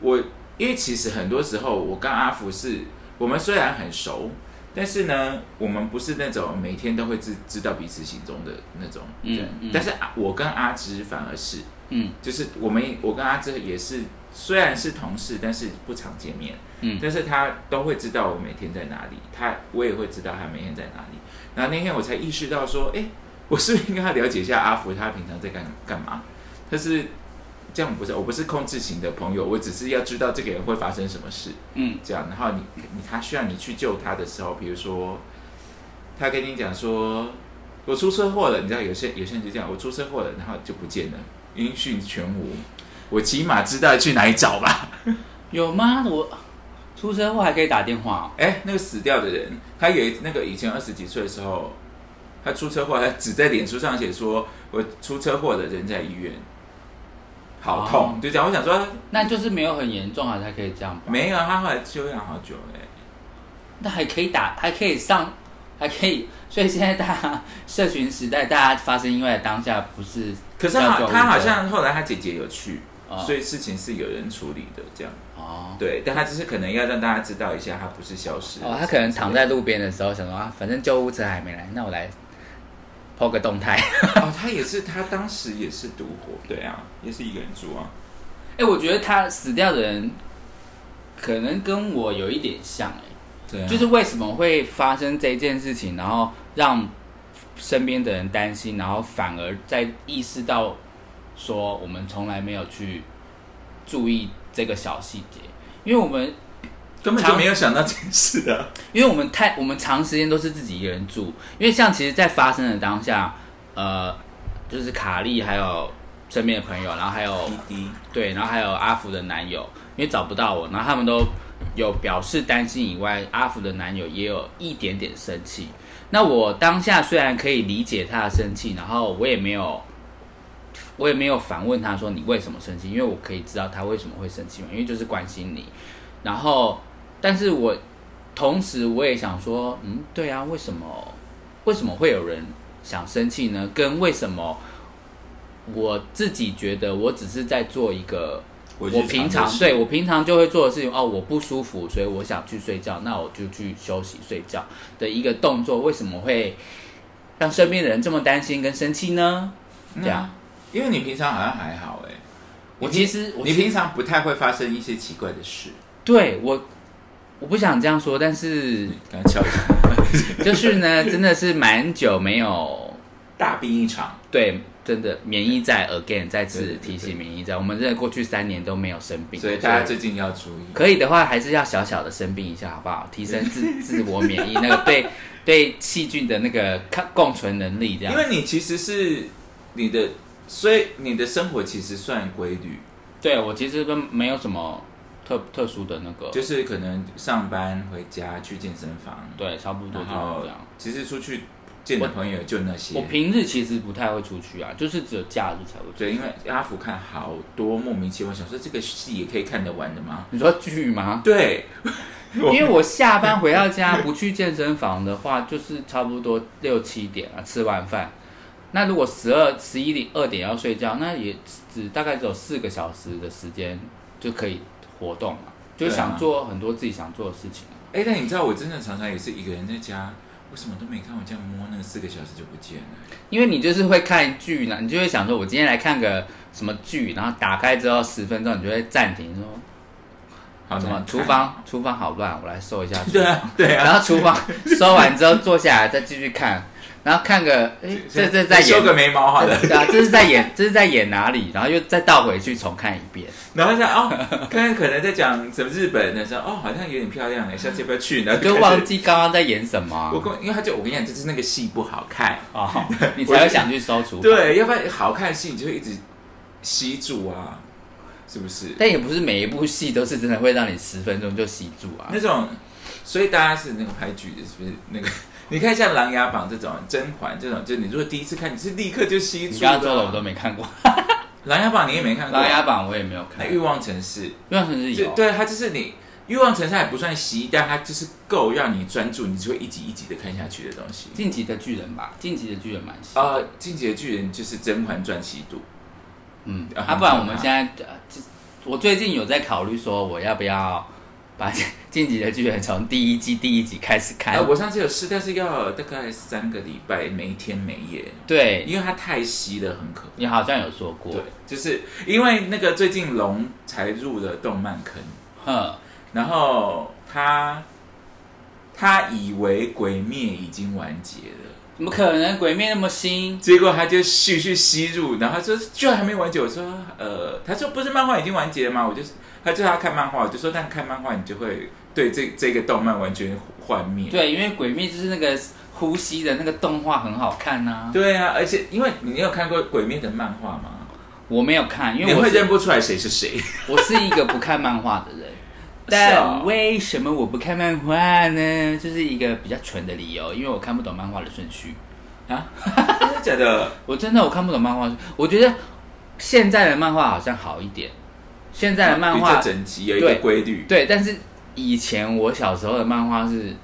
Speaker 3: 我因为其实很多时候我跟阿福是我们虽然很熟，但是呢，我们不是那种每天都会知知道彼此行踪的那种
Speaker 4: 嗯
Speaker 3: 人，
Speaker 4: 嗯
Speaker 3: 但是啊我跟阿芝反而是，
Speaker 4: 嗯
Speaker 3: 就是我们我跟阿芝也是虽然是同事，但是不常见面。
Speaker 4: 嗯
Speaker 3: 但是他都会知道我每天在哪里，他我也会知道他每天在哪里。然后那天我才意识到说，哎，我是不是应该要了解一下阿福他平常在干干嘛？他是这样不是，我不是控制型的朋友，我只是要知道这个人会发生什么事，
Speaker 4: 嗯
Speaker 3: 这样。然后你你他需要你去救他的时候，比如说他跟你讲说我出车祸了，你知道有些有些人就这样，我出车祸了，然后就不见了，音讯全无。我起码知道去哪里找吧。
Speaker 4: 有吗？我出车祸还可以打电话、哦。
Speaker 3: 哎，那个死掉的人，他有一那个以前二十几岁的时候，他出车祸，他只在脸书上写说我出车祸的人在医院，好痛，就这样。我想说，
Speaker 4: 那就是没有很严重啊，才可以这样吧？
Speaker 3: 没有，他后来休养好久哎、
Speaker 4: 那还可以打，还可以上，还可以。所以现在大家社群时代，大家发生意外的当下，不是
Speaker 3: 可是好，
Speaker 4: 叫救护
Speaker 3: 他好
Speaker 4: 车
Speaker 3: 像后来他姐姐有去，
Speaker 4: 哦
Speaker 3: 所以事情是有人处理的，这样
Speaker 4: 哦
Speaker 3: 对。但他只是可能要让大家知道一下，他不是消失
Speaker 4: 哦，他可能躺在路边的时候想说啊，反正救护车还没来，那我来 (laughs) 抛个
Speaker 3: (laughs)
Speaker 4: 动态。
Speaker 3: 哦，他也是，他当时也是独活，对啊，也是一个人住啊。
Speaker 4: 哎、我觉得他死掉的人可能跟我有一点像、哎，
Speaker 3: 对啊，
Speaker 4: 就是为什么会发生这件事情，然后让身边的人担心，然后反而在意识到说我们从来没有去注意这个小细节，因为我们
Speaker 3: 根本就没有想到这件事 (laughs) 啊。
Speaker 4: 因为我们太我们长时间都是自己一个人住，因为像其实，在发生的当下，呃，就是卡莉还有身边的朋友，然后还有
Speaker 3: 滴滴，
Speaker 4: 对，然后还有阿福的男友，因为找不到我，然后他们都有表示担心以外，阿福的男友也有一点点生气。那我当下虽然可以理解他的生气，然后我也没有，我也没有反问他说你为什么生气，因为我可以知道他为什么会生气嘛，因为就是关心你。然后，但是我同时我也想说，嗯，对啊，为什么为什么会有人想生气呢？跟为什么我自己觉得我只是在做一个
Speaker 3: 我
Speaker 4: 我平常对我平常就会做的事情哦，我不舒服，所以我想去睡觉，那我就去休息睡觉的一个动作，为什么会让身边的人这么担心跟生气呢？
Speaker 3: 嗯啊
Speaker 4: 这样，
Speaker 3: 因为你平常好像还好哎、
Speaker 4: 我
Speaker 3: 你
Speaker 4: 其
Speaker 3: 平
Speaker 4: 实我
Speaker 3: 你
Speaker 4: 其实
Speaker 3: 平常不太会发生一些奇怪的事，
Speaker 4: 对我我不想这样说，
Speaker 3: (laughs)
Speaker 4: 但是
Speaker 3: 刚敲一下，
Speaker 4: 就是呢，真的是蛮久没有
Speaker 3: (laughs) 大病一场。
Speaker 4: 对真的免疫在 again 再次
Speaker 3: 对对
Speaker 4: 提醒免疫在，我们真的过去三年都没有生病，
Speaker 3: 所以大家最近要注意。
Speaker 4: 可以的话，还是要小小的生病一下，好不好？提升自自我免疫，那个
Speaker 3: (laughs)
Speaker 4: 对对细菌的那个抗共存能力，这样
Speaker 3: 因。为你其实是你的，所以你的生活其实算规律，
Speaker 4: 对我其实都没有什么特特殊的那个，
Speaker 3: 就是可能上班回家去健身房，
Speaker 4: 对，差不多
Speaker 3: 然
Speaker 4: 就是
Speaker 3: 后
Speaker 4: 这样。
Speaker 3: 其实出去见的朋友就那些
Speaker 4: 我。平日其实不太会出去啊，就是只有假日才会出去。
Speaker 3: 对，因为阿福看好多莫名其妙，想说这个戏也可以看得完的吗？
Speaker 4: 你说剧吗？
Speaker 3: 对，我
Speaker 4: (laughs) 因为我下班回到
Speaker 3: (laughs)
Speaker 4: 家不去健身房的话，就是差不多六七点啊，吃完饭。那如果十二、十一点、二点要睡觉，那也只大概只有四个小时的时间就可以活动嘛，就
Speaker 3: 对啊
Speaker 4: 想做很多自己想做的事情。
Speaker 3: 哎，但你知道我真的常常也是一个人在家，我什么都没看，我这样摸那个四个小时就不见了。
Speaker 4: 因为你就是会看剧呢，你就会想说，我今天来看个什么剧，然后打开之后十分钟，你就会暂停说，
Speaker 3: 好
Speaker 4: 什么
Speaker 3: 难看
Speaker 4: 厨？房厨房好乱，我来收一下厨
Speaker 3: 对啊，对啊。
Speaker 4: 然后厨房收完之后坐下来再继续看，然后看个，哎，这这在
Speaker 3: 修
Speaker 4: 演
Speaker 3: 个眉毛好
Speaker 4: (laughs)
Speaker 3: 了，
Speaker 4: 对啊，这是在演，这是在演哪里？然后又再倒回去重看一遍。
Speaker 3: 然后想哦，刚刚可能在讲什么日本的时候，哦，好像有点漂亮哎，下次要不要去呢？
Speaker 4: 我就
Speaker 3: 开始
Speaker 4: 忘记刚刚在演什么
Speaker 3: (laughs)
Speaker 4: 啊
Speaker 3: 我跟因为他就我跟你讲，就是那个戏不好看，
Speaker 4: 哦，你才会想去搜厨房。
Speaker 3: 对，要不然好看的戏你就会一直吸住啊，是不是？
Speaker 4: 但也不是每一部戏都是真的会让你十分钟就吸住啊
Speaker 3: 那。种，所以大家是那个拍剧的，是不是那个？ (laughs) 你看像《琅琊榜》这种，《甄嬛》这种，就你如果第一次看，你是立刻就吸
Speaker 4: 你
Speaker 3: 住。
Speaker 4: 刚刚说的我都没看过，
Speaker 3: 《琅琊榜》你也没看
Speaker 4: 《
Speaker 3: 过，啊
Speaker 4: 琅琊榜》哦我也没有
Speaker 3: 那
Speaker 4: 看，
Speaker 3: 《欲
Speaker 4: 《
Speaker 3: 望城市
Speaker 4: 欲望城市》
Speaker 3: 就
Speaker 4: 有。
Speaker 3: 对它就是你《欲望城市》还不算吸，但它就是够让你专注，你就会一集一集的看下去的东西。
Speaker 4: 晋级的巨人吧，晋级的巨人蛮吸。
Speaker 3: 呃，《进击的巨人》就是《甄嬛传》吸毒，
Speaker 4: 嗯，
Speaker 3: 啊
Speaker 4: 啊，不然我们现在，呃这我最近有在考虑说，我要不要把 (laughs) 《晋级的巨人》从第一季第一集开始看
Speaker 3: 哎、？我上次有试，但是要大概三个礼拜，没天没夜，
Speaker 4: 对，
Speaker 3: 因为它太稀了，很可怕。
Speaker 4: 你好像有说过
Speaker 3: 对，，就是因为那个最近龙才入了动漫坑，
Speaker 4: 哼，
Speaker 3: 然后他他以为鬼灭已经完结了，
Speaker 4: 怎么可能？鬼灭那么新，
Speaker 3: 结果他就继续吸入，然后他说居然还没完结。我说呃，他说不是漫画已经完结了吗？我就他就他看漫画，我就说但看漫画你就会对这这个动漫完全幻灭。
Speaker 4: 对，因为鬼灭就是那个呼吸的那个动画很好看呐、
Speaker 3: 对啊，而且因为你有看过鬼灭的漫画吗？
Speaker 4: 我没有看，因
Speaker 3: 你
Speaker 4: 为我
Speaker 3: 会认
Speaker 4: 是
Speaker 3: 不出来谁是谁。
Speaker 4: 我是一个不看漫画的
Speaker 3: (laughs)
Speaker 4: 人。
Speaker 3: 是哦
Speaker 4: 但为什么我不看漫画呢？就是一个比较蠢的理由，因为我看不懂漫画的顺序。
Speaker 3: 真的假的？
Speaker 4: 我真的我看不懂漫画，我觉得现在的漫画好像好一点，现在的漫
Speaker 3: 啊比
Speaker 4: 画
Speaker 3: 较整齐，有一个
Speaker 4: 对
Speaker 3: 规律
Speaker 4: 对，但是以前我小时候的漫画是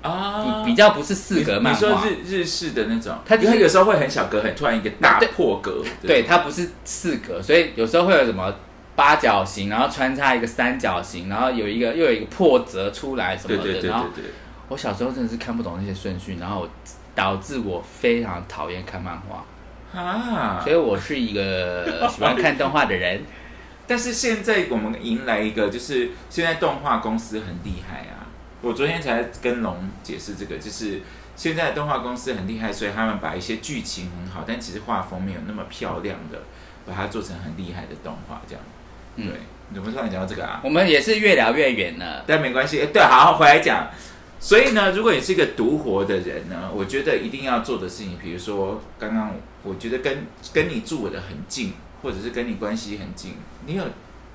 Speaker 3: 啊
Speaker 4: 比比较不是四格漫
Speaker 3: 你说
Speaker 4: 画，
Speaker 3: 日日式的那种，
Speaker 4: 它
Speaker 3: 它
Speaker 4: 就是
Speaker 3: 它有时候会很小格，很突然一个大
Speaker 4: 对
Speaker 3: 破格，
Speaker 4: 对，它不是四格，所以有时候会有什么八角形，然后穿插一个三角形，然后有一个又有一个破折出来什么
Speaker 3: 对
Speaker 4: 的。
Speaker 3: 对对对
Speaker 4: 然后
Speaker 3: 对，
Speaker 4: 我小时候真的是看不懂那些顺序，然后我导致我非常讨厌看漫
Speaker 3: (laughs)
Speaker 4: 画，
Speaker 3: 对啊
Speaker 4: 所！以我是一个喜欢看动画的人。
Speaker 3: 但是现在我们迎来一个，就是现在动画公司很厉害啊！我昨天才跟龙解释这个，就是现在的动画公司很厉害，所以他们把一些剧情很好，但其实画风没有那么漂亮的，把它做成很厉害的动画这样。对，
Speaker 4: 嗯
Speaker 3: 你怎么突然讲到这个啊？
Speaker 4: 我们也是越聊越远了。
Speaker 3: 但没关系，诶对，好，回来讲。所以呢，如果你是一个独活的人呢，我觉得一定要做的事情，比如说刚刚我觉得跟跟你住我的很近，或者是跟你关系很近，你有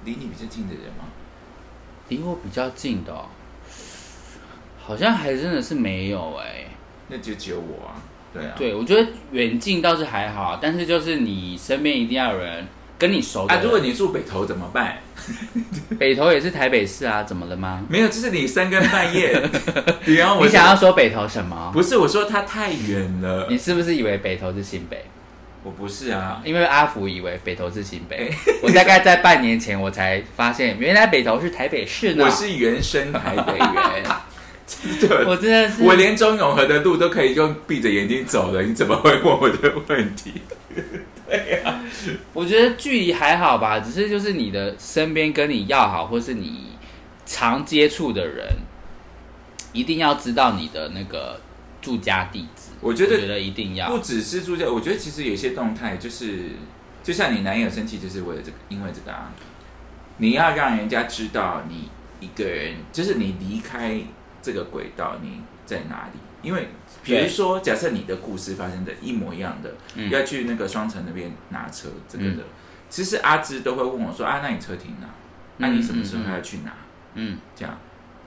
Speaker 3: 离你比较近的人吗？
Speaker 4: 离我比较近的、哦，好像还真的是没有哎、
Speaker 3: 那就只有我啊，对啊，
Speaker 4: 对，我觉得远近倒是还好，啊但是就是你身边一定要有人跟你熟的
Speaker 3: 啊
Speaker 4: 人。，
Speaker 3: 如果你住北投怎么办？
Speaker 4: 北投也是台北市啊，怎么了吗？
Speaker 3: 没有，就是你三更半夜，
Speaker 4: (laughs)
Speaker 3: 比方我
Speaker 4: 你想要说北投什么？
Speaker 3: 不是我说他太远了
Speaker 4: 你，是不是以为北投是新北？
Speaker 3: 我不是啊，
Speaker 4: 因为阿福以为北投是新北，
Speaker 3: 哎
Speaker 4: 我大概在半年前我才发现，原来北投是台北市呢。
Speaker 3: 我是原生台北
Speaker 4: (laughs)
Speaker 3: 人，真的
Speaker 4: 我真的是
Speaker 3: 我连中永和的路都可以用闭着眼睛走了，你怎么会问我的问题？
Speaker 4: 我觉得距离还好吧，只是就是你的身边跟你要好，或是你常接触的人，一定要知道你的那个住家地址，
Speaker 3: 我觉
Speaker 4: 我
Speaker 3: 得
Speaker 4: 觉得一定要
Speaker 3: 不只是住家，我觉得其实有一些动态就是，就像你男友生气，就是为了这个，因为这个啊，你要让人家知道你一个人，就是你离开这个轨道，你在哪里？因为比如
Speaker 4: 对
Speaker 3: 说，假设你的故事发生的一模一样的，
Speaker 4: 嗯
Speaker 3: 要去那个双城那边拿车，这个
Speaker 4: 嗯
Speaker 3: 的，其实阿芝都会问我说啊，那你车停哪？那、你什么时候要去拿？
Speaker 4: 嗯
Speaker 3: 这样。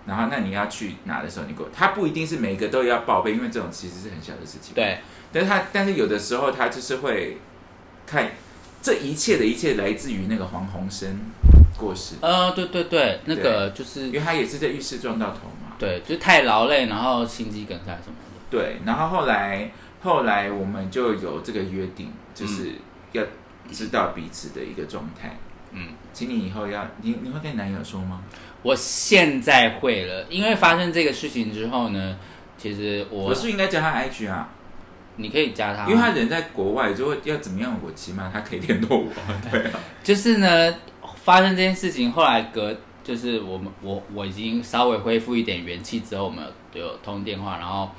Speaker 3: 然后，那你要去拿的时候，你给我，他不一定是每个都要报备，因为这种其实是很小的事情。
Speaker 4: 对
Speaker 3: 但是他，但是有的时候他就是会看这一切的一切来自于那个黄鸿生过世，
Speaker 4: 呃对对对，那个就是
Speaker 3: 因为他也是在浴室撞到头嘛。
Speaker 4: 对，就是太劳累，然后心肌梗塞什么的。
Speaker 3: 对，然后后来后来我们就有这个约定，就是要知道彼此的一个状态。
Speaker 4: 嗯，
Speaker 3: 请你以后要你你会跟男友说吗？
Speaker 4: 我现在会了，因为发生这个事情之后呢，其实
Speaker 3: 我
Speaker 4: 我啊
Speaker 3: 是不是应该加他 IG 啊，
Speaker 4: 你可以加他，
Speaker 3: 因为他人在国外，如果要怎么样，我起码他可以联络我。对
Speaker 4: (laughs)
Speaker 3: 啊，
Speaker 4: 就是呢，发生这件事情，后来隔就是我们我我已经稍微恢复一点元气之后，我们有有通电话，然后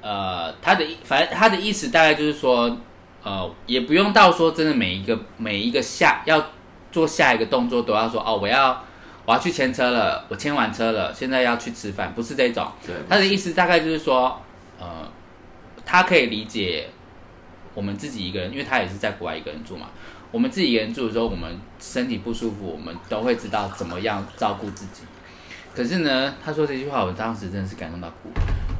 Speaker 4: 呃，他的反正他的意思大概就是说，呃，也不用到说真的每一个每一个下要做下一个动作都要说哦，我要我要去牵车了，我牵完车了，现在要去吃饭，不是这种，
Speaker 3: 对，
Speaker 4: 他的意思大概就是说，呃，他可以理解我们自己一个人，因为他也是在国外一个人住嘛。我们自己一个人住的时候，我们身体不舒服，我们都会知道怎么样照顾自己。可是呢，他说这句话，我当时真的是感动到哭。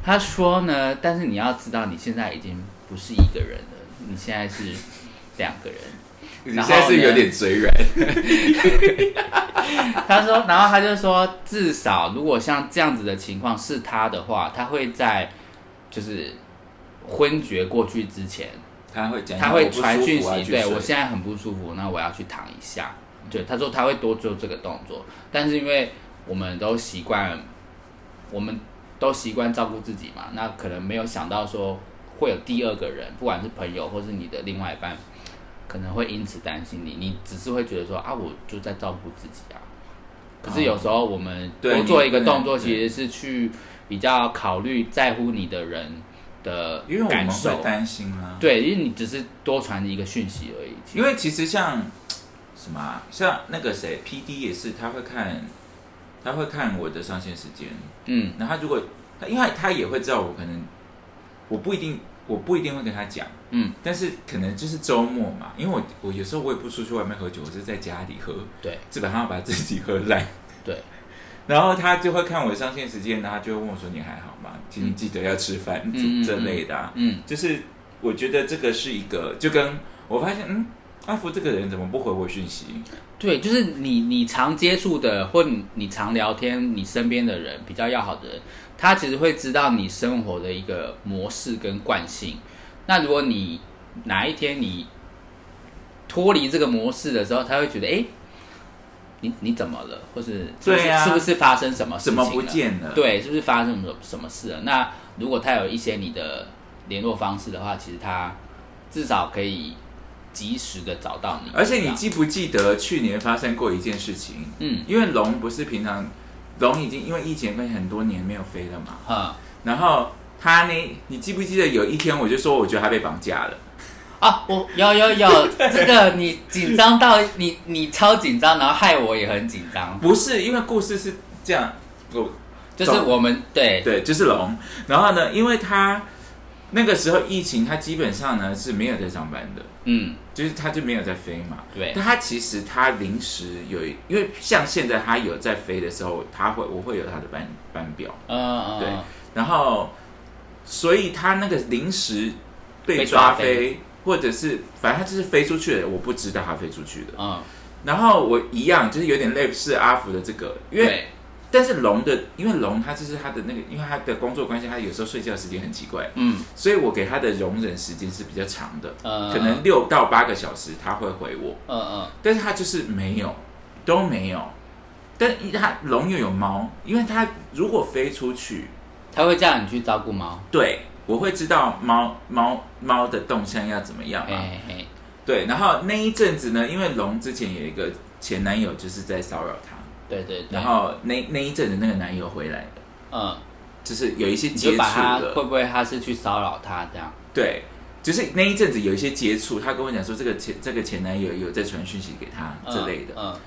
Speaker 4: 他说呢，但是你要知道，你现在已经不是一个人了，你现在是两个人。
Speaker 3: 你
Speaker 4: 然
Speaker 3: 现
Speaker 4: 后
Speaker 3: 在是有
Speaker 4: 呢
Speaker 3: 点嘴软，
Speaker 4: (laughs) 他说，然后他就说，至少如果像这样子的情况是他的话，他会在就是昏厥过去之前，
Speaker 3: 他会讲，
Speaker 4: 他会传讯
Speaker 3: 我不舒
Speaker 4: 息，
Speaker 3: 服啊去
Speaker 4: 对
Speaker 3: 睡
Speaker 4: 我现在很不舒服，那我要去躺一下。对，他说他会多做这个动作，但是因为我们都习惯，我们都习惯照顾自己嘛，那可能没有想到说会有第二个人，不管是朋友或是你的另外一半，可能会因此担心你，你只是会觉得说啊，我就在照顾自己啊。可是有时候我们
Speaker 3: 哦对
Speaker 4: 多做一个
Speaker 3: 你
Speaker 4: 动作，
Speaker 3: 对
Speaker 4: 其实是去比较考虑在乎你的人的
Speaker 3: 因为我
Speaker 4: 感
Speaker 3: 们
Speaker 4: 受。
Speaker 3: 会担心啊。
Speaker 4: 对，因为你只是多传一个讯息而已。
Speaker 3: 因为其实像什么、啊，像那个谁，P D 也是，他会看，他会看我的上线时间。
Speaker 4: 嗯
Speaker 3: 那他如果，他因为他也会知道我可能，我不一定，我不一定会跟他讲，
Speaker 4: 嗯，
Speaker 3: 但是可能就是周末嘛，因为我我有时候我也不出去外面喝酒，我是在家里喝，
Speaker 4: 对
Speaker 3: 基本上要把自己喝烂。
Speaker 4: 对，
Speaker 3: 然后他就会看我的上线时间，然后他就会问我说：“你还好吗？请你记得要吃饭、
Speaker 4: 嗯
Speaker 3: 这这类的、啊。
Speaker 4: 嗯，
Speaker 3: 就是我觉得这个是一个，就跟我发现，嗯，阿福这个人怎么不回我讯息？
Speaker 4: 对，就是你你常接触的或你你常聊天，你身边的人比较要好的人，他其实会知道你生活的一个模式跟惯性。那如果你哪一天你脱离这个模式的时候，他会觉得哎。诶你你怎么了，或是是不是
Speaker 3: 对啊
Speaker 4: 是不是发生什么事
Speaker 3: 怎
Speaker 4: 情了
Speaker 3: 么不见了？，
Speaker 4: 对，是不是发生什么什么事了？那如果他有一些你的联络方式的话，其实他至少可以及时的找到你。
Speaker 3: 而且
Speaker 4: 这
Speaker 3: 你
Speaker 4: 样
Speaker 3: 记不记得去年发生过一件事情？
Speaker 4: 嗯
Speaker 3: 因为龙不是平常，龙已经因为疫情分很多年没有飞了嘛。
Speaker 4: 哼
Speaker 3: 然后他呢，你记不记得有一天我就说我觉得他被绑架了？
Speaker 4: 啊，我有有有这个，你紧张到你你超紧张，然后害我也很紧张。
Speaker 3: 不是，因为故事是这样，我
Speaker 4: 就是
Speaker 3: 懂
Speaker 4: 我们对
Speaker 3: 对，就是龙。然后呢，因为他那个时候疫情，他基本上呢是没有在上班的。
Speaker 4: 嗯
Speaker 3: 就是他就没有在飞嘛。
Speaker 4: 对
Speaker 3: 但他其实他临时有一，因为像现在他有在飞的时候，他会我会有他的班班表，
Speaker 4: 嗯
Speaker 3: 对
Speaker 4: 嗯
Speaker 3: 然后所以他那个临时被
Speaker 4: 被
Speaker 3: 抓
Speaker 4: 抓
Speaker 3: 飞，或者是反正他就是飞出去了，我不知道他飞出去了。
Speaker 4: 嗯，
Speaker 3: 然后我一样就是有点类似阿福的这个，因为
Speaker 4: 对
Speaker 3: 但是龙的，因为龙他就是他的那个，因为他的工作关系，他有时候睡觉时间很奇怪，
Speaker 4: 嗯
Speaker 3: 所以我给他的容忍时间是比较长的，
Speaker 4: 嗯
Speaker 3: 可能六到八个小时他会回我。
Speaker 4: 嗯嗯
Speaker 3: 但是他就是没有，都没有。但一他龙又有猫，因为它如果飞出去，
Speaker 4: 他会叫你去照顾猫。
Speaker 3: 对我会知道猫猫猫的动向要怎么样
Speaker 4: 嘿
Speaker 3: 嘛。
Speaker 4: 嘿嘿，
Speaker 3: 对，然后那一阵子呢，因为龙之前有一个前男友就是在骚扰她，
Speaker 4: 对对对，
Speaker 3: 然后那那一阵子那个男友回来了，
Speaker 4: 嗯
Speaker 3: 就是有一些
Speaker 4: 你
Speaker 3: 接
Speaker 4: 就
Speaker 3: 触
Speaker 4: 把他
Speaker 3: 了
Speaker 4: 会，不会他是去骚扰他这样？
Speaker 3: 对，就是那一阵子有一些接触，他跟我讲说这个前这个前男友有在传讯息给他
Speaker 4: 嗯
Speaker 3: 之类的，
Speaker 4: 嗯，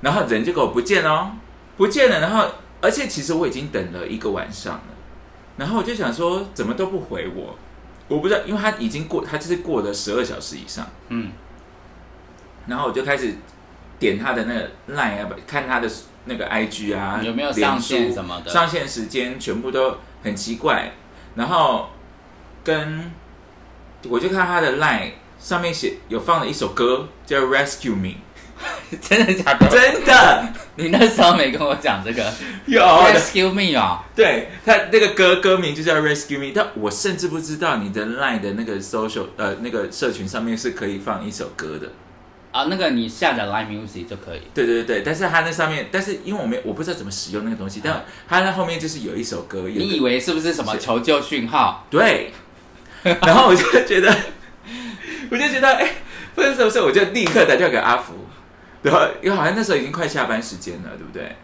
Speaker 3: 然后人就给我不见了哦，不见了，然后而且其实我已经等了一个晚上了，然后我就想说怎么都不回我，我不知道，因为他已经过，他就是过了十二小时以上，
Speaker 4: 嗯，
Speaker 3: 然后我就开始点他的那个 line 啊，看他的那个 IG 啊，
Speaker 4: 有没有上线
Speaker 3: 脸书
Speaker 4: 什么的
Speaker 3: 上线时间全部都很奇怪，然后跟我就看他的 line 上面写有放了一首歌叫 Rescue Me，
Speaker 4: (laughs) 真的假的？
Speaker 3: 真的
Speaker 4: 你那时候没跟我讲这个
Speaker 3: 有的
Speaker 4: ，Rescue me 哦，
Speaker 3: 对他那个歌歌名就叫 Rescue Me，但我甚至不知道你的 Line 的那个 social 呃那个社群上面是可以放一首歌的。
Speaker 4: 啊，那个你下载 Line Music 就可以。
Speaker 3: 对对对，但是他那上面，但是因为我没有我不知道怎么使用那个东西，但他那后面就是有一首歌，有一个
Speaker 4: 啊你以为是不是什么求救讯号？
Speaker 3: 对，然后我就觉得， (laughs) 我就觉得哎，不知道是不是，我就立刻打电话给阿福，然后因为好像那时候已经快下班时间了，对不对？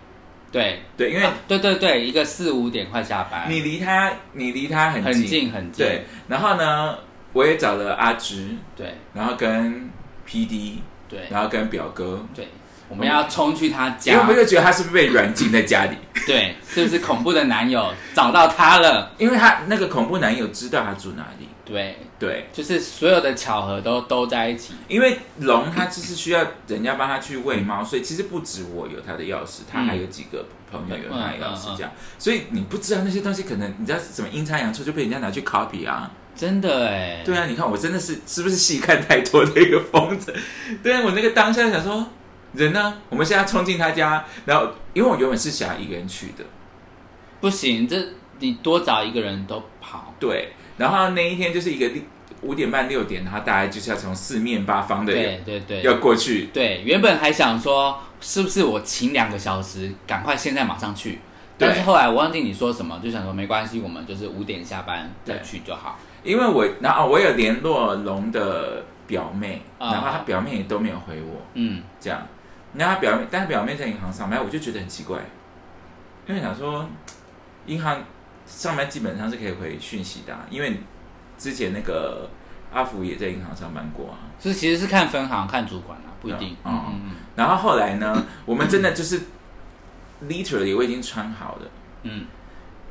Speaker 4: 对，
Speaker 3: 对，因为
Speaker 4: 啊对对对，一个四五点快下班，
Speaker 3: 你离他你离他很
Speaker 4: 很近很近，
Speaker 3: 对，然后呢，我也找了阿芝。
Speaker 4: 对
Speaker 3: 然后跟 P D，
Speaker 4: 对
Speaker 3: 然后跟表哥，
Speaker 4: 对，我们要冲去他
Speaker 3: 啊因为
Speaker 4: 哎家
Speaker 3: 我，就觉得他是不是被软禁在家里，
Speaker 4: (laughs) 对，是不是恐怖的男友找到他了？
Speaker 3: 因为他那个恐怖男友知道他住哪里，
Speaker 4: 对，
Speaker 3: 对，
Speaker 4: 就是所有的巧合都都在一起，
Speaker 3: 因为龙他就是需要人家帮他去喂猫，所以其实不止我有他的钥匙，他还有几个朋友有他的钥匙，这
Speaker 4: 嗯
Speaker 3: 样，所以你不知道那些东西可能你知道什么阴差阳错就被人家拿去 copy 啊，
Speaker 4: 真的哎，
Speaker 3: 对啊，你看我真的是是不是细看太多的一个疯子？对啊，我那个当下想说人呢，我们现在冲进他家，然后因为我原本是想要一个人去的。
Speaker 4: 不行，这你多找一个人都跑，
Speaker 3: 对，然后那一天就是一个五点半六点，然后大概就是要从四面八方的
Speaker 4: 对对对，
Speaker 3: 要过去，
Speaker 4: 对，原本还想说是不是我请两个小时，赶快现在马上去。
Speaker 3: 对
Speaker 4: 但是后来我忘记你说什么，就想说没关系，我们就是五点下班
Speaker 3: 对
Speaker 4: 再去就好。
Speaker 3: 因为我然后我有联络龙的表妹，
Speaker 4: 啊
Speaker 3: 然后她表妹也都没有回我，
Speaker 4: 嗯，
Speaker 3: 这样，然后她表妹，但她表妹在银行上班，我就觉得很奇怪，因为想说银行上班基本上是可以回讯息的啊、因为之前那个阿福也在银行上班过啊，
Speaker 4: 是其实是看分行、看主管啊，不一定。
Speaker 3: 嗯
Speaker 4: 嗯嗯嗯
Speaker 3: 然后后来
Speaker 4: (coughs)
Speaker 3: 呢，我们真的就是 literally 我已经穿好了。
Speaker 4: 嗯。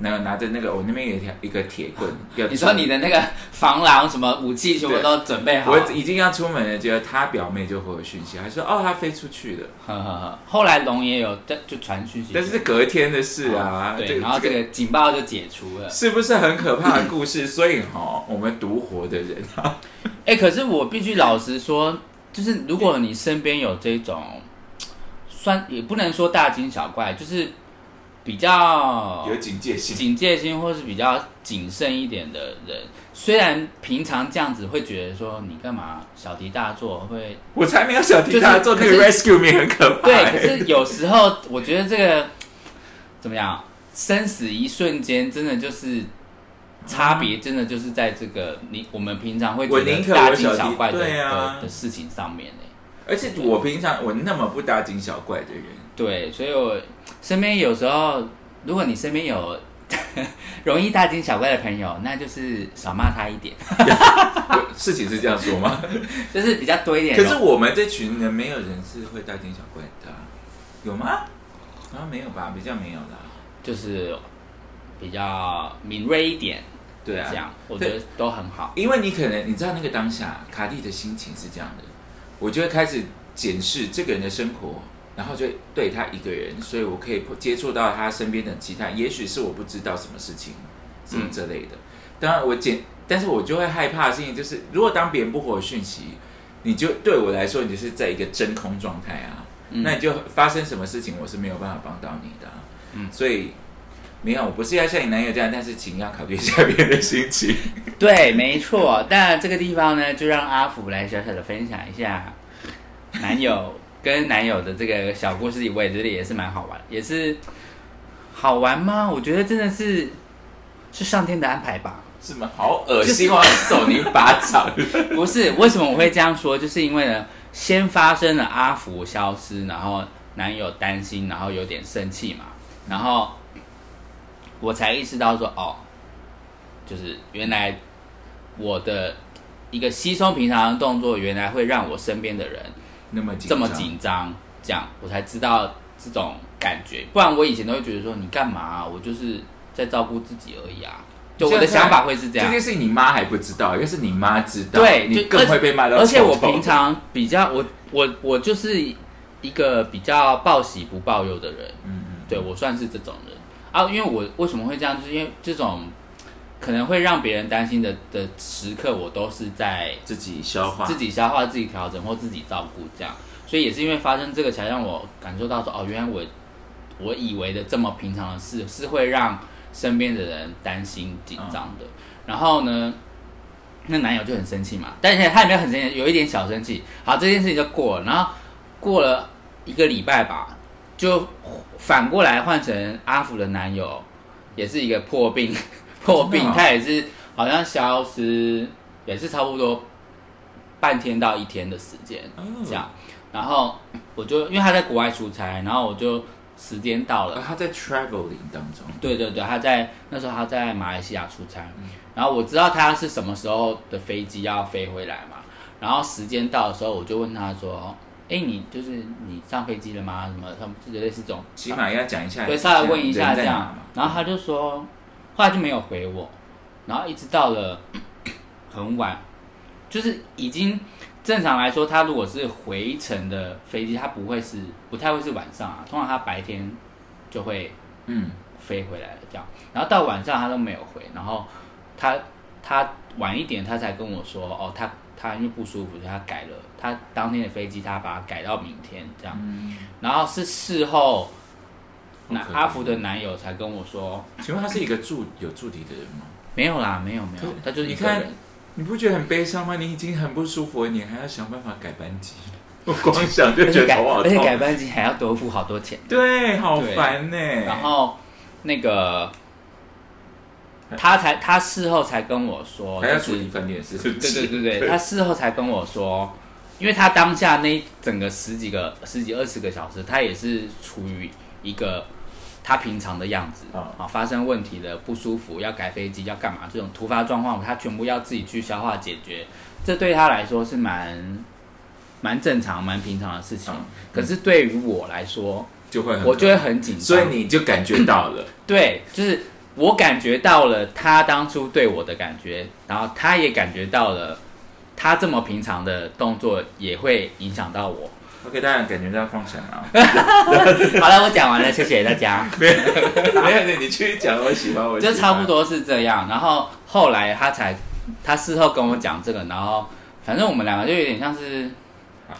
Speaker 3: 那个拿着那个我那边有一条一个铁棍，要
Speaker 4: 你说你的那个防狼什么武器全部
Speaker 3: 对
Speaker 4: 都准备好
Speaker 3: 我
Speaker 4: 了。
Speaker 3: 已经要出门了，结果他表妹就回我讯息，还说哦他飞出去了，
Speaker 4: 呵呵呵。后来龙也有在就传讯息，
Speaker 3: 但是是隔天的事啊，
Speaker 4: 哦对，然后这个警报就解除了。
Speaker 3: 是不是很可怕的故事？所以哈，
Speaker 4: 嗯
Speaker 3: 我们独活的人啊，
Speaker 4: 哎、可是我必须老实说，就是如果你身边有这种，算也不能说大惊小怪，就是比较
Speaker 3: 有警戒性，
Speaker 4: 警戒心或是比较谨慎一点的人，虽然平常这样子会觉得说你干嘛小题大做
Speaker 3: (laughs)
Speaker 4: 会，
Speaker 3: 我才没有小
Speaker 4: 就
Speaker 3: 提
Speaker 4: 是
Speaker 3: 他做那个
Speaker 4: 可
Speaker 3: rescue me 很可怕、
Speaker 4: 对，
Speaker 3: 欸，
Speaker 4: 可是有时候我觉得这个怎么样，生死一瞬间，真的就是。差别真的就是在这个你我们平常会觉
Speaker 3: 嗯我宁
Speaker 4: 得
Speaker 3: 可
Speaker 4: 大
Speaker 3: 我
Speaker 4: 惊
Speaker 3: 小
Speaker 4: 小
Speaker 3: 题
Speaker 4: 怪的
Speaker 3: 对啊
Speaker 4: 的的事情上面、欸
Speaker 3: (laughs) 而且我平常我那么不大惊小怪的人，
Speaker 4: 对，所以我身边有时候，如果你身边有 (laughs) 容易大惊小怪的朋友，那就是少骂他一点，
Speaker 3: 我事情是这样说
Speaker 4: (laughs)
Speaker 3: 吗？
Speaker 4: 就是比较多一点
Speaker 3: 可
Speaker 4: 容。
Speaker 3: 是我们这群人没有人是会大惊小怪的啊、有吗？啊，没有吧，比较没有的啊、
Speaker 4: 就是比较敏锐一点，
Speaker 3: 对啊，
Speaker 4: 这样我觉得都很好。
Speaker 3: 因为你可能你知道那个当下，卡蒂的心情是这样的，我就会开始检视这个人的生活，然后就对他一个人，所以我可以接触到他身边的其他，也许是我不知道什么事情，什么之类的。当然我检，但是我就会害怕的事情就是，如果当别人不回我讯息，你就对我来说，你就是在一个真空状态啊，那你就发生什么事情，我是没有办法帮到你的、啊。
Speaker 4: 嗯
Speaker 3: 所以。没有，我不是要像你男友这样，但是请要考虑一下别人的心情。
Speaker 4: 对，没错。那这个地方呢，就让阿福来小小的分享一下男友跟男友的这个小故事，我也觉得也是蛮好玩，也是好玩吗？我觉得真的是是上天的安排吧。
Speaker 3: 是吗？好恶心哦！我 (laughs) 要揍你一巴 (laughs) 掌！
Speaker 4: 不是，为什么我会这样说？就是因为呢，先发生了阿福消失，然后男友担心，然后有点生气嘛，然后我才意识到说，哦，就是原来我的一个稀松平常的动作，原来会让我身边的人
Speaker 3: 那么紧
Speaker 4: 这么
Speaker 3: 张
Speaker 4: 紧张，这样我才知道这种感觉。不然我以前都会觉得说，你干嘛啊、我就是在照顾自己而已啊。就我的想法会是这样
Speaker 3: 这。件事你妈还不知道，要是你妈知道，
Speaker 4: 对，
Speaker 3: 你
Speaker 4: 就
Speaker 3: 更会被骂到
Speaker 4: 而且。而且我
Speaker 3: 臭头
Speaker 4: 平常比较，我我我就是一个比较报喜不报忧的人，
Speaker 3: 嗯
Speaker 4: 对我算是这种人啊。因为我为什么会这样，就是因为这种可能会让别人担心的的时刻，我都是在
Speaker 3: 自己消化，
Speaker 4: 自己消化、自己调整或自己照顾这样。所以也是因为发生这个，才让我感受到说，哦，原来我我以为的这么平常的事，是会让身边的人担心、紧张的。然后呢，那男友就很生气嘛，但是他也没有很生气，有一点小生气。好，这件事情就过了。然后过了一个礼拜吧，就反过来换成阿福的男友，也是一个破病， (laughs) 破病，
Speaker 3: 真的哦
Speaker 4: 他也是好像消失，也是差不多半天到一天的时间
Speaker 3: 哦
Speaker 4: 这样。然后我就因为他在国外出差，然后我就时间到了
Speaker 3: 呃，，他在 traveling 当中，
Speaker 4: 对对对，他在那时候他在马来西亚出差，
Speaker 3: 嗯
Speaker 4: 然后我知道他是什么时候的飞机要飞回来嘛，然后时间到的时候我就问他说：“哎，你就是你上飞机了吗？什么他们就类似这种，
Speaker 3: 起码要讲一下，
Speaker 4: 对，稍微问一
Speaker 3: 哎
Speaker 4: 下
Speaker 3: 人
Speaker 4: 这
Speaker 3: 在哪
Speaker 4: 样
Speaker 3: 嘛。”
Speaker 4: 然后他就说，后来就没有回我，然后一直到了很晚，就是已经正常来说，他如果是回程的飞机，他不会是不太会是晚上啊，通常他白天就会
Speaker 3: 嗯，
Speaker 4: 飞回来了这样。然后到晚上他都没有回，然后他他晚一点他才跟我说，哦，他他因为不舒服，所以他改了，他当天的飞机他把它改到明天这样。
Speaker 3: 嗯
Speaker 4: 然后是事后，那
Speaker 3: 好可怜
Speaker 4: 阿福的男友才跟我说，
Speaker 3: 请问他是一个住有住底的人吗？
Speaker 4: 没有啦，没有没
Speaker 3: 可
Speaker 4: 有
Speaker 3: 是，
Speaker 4: 他就是一
Speaker 3: 你
Speaker 4: 个
Speaker 3: 看
Speaker 4: 人。
Speaker 3: 你不觉得很悲伤吗？你已经很不舒服了，你还要想办法改班级， (laughs) 我光想就
Speaker 4: 而
Speaker 3: 觉
Speaker 4: 且
Speaker 3: 得
Speaker 4: 改，
Speaker 3: 头好
Speaker 4: 而且改
Speaker 3: 痛。
Speaker 4: 班机还要多付好多钱。
Speaker 3: 对，好烦欸呢。
Speaker 4: (laughs) 然后那个他才他事后才跟我说，
Speaker 3: 还要
Speaker 4: 就是
Speaker 3: 处理饭店的事，对
Speaker 4: 对对对 (laughs) 对，他事后才跟我说，因为他当下那一整个十几个、十几二十个小时，他也是处于一个他平常的样子
Speaker 3: 啊
Speaker 4: 啊、发生问题了，不舒服，要改飞机，要干嘛这种突发状况，他全部要自己去消化解决，这对他来说是蛮蛮正常、蛮平常的事情。
Speaker 3: 嗯
Speaker 4: 可是对于我来说，
Speaker 3: 就会很，
Speaker 4: 我就会很紧
Speaker 3: 嗯
Speaker 4: 张，
Speaker 3: 所以你就感觉到
Speaker 4: (coughs)
Speaker 3: 了，
Speaker 4: 对，就是我感觉到了他当初对我的感觉，然后他也感觉到了他这么平常的动作也会影响到我。 (laughs)
Speaker 3: 我给大家感觉到放闪啊。
Speaker 4: 好了，我讲完了，谢谢大家。
Speaker 3: (laughs) 没有，你去讲，我喜欢，我喜
Speaker 4: 就
Speaker 3: 欢
Speaker 4: 差不。多是这样。然后后来他才，他事后跟我讲这个，然后反正我们两个就有点像是，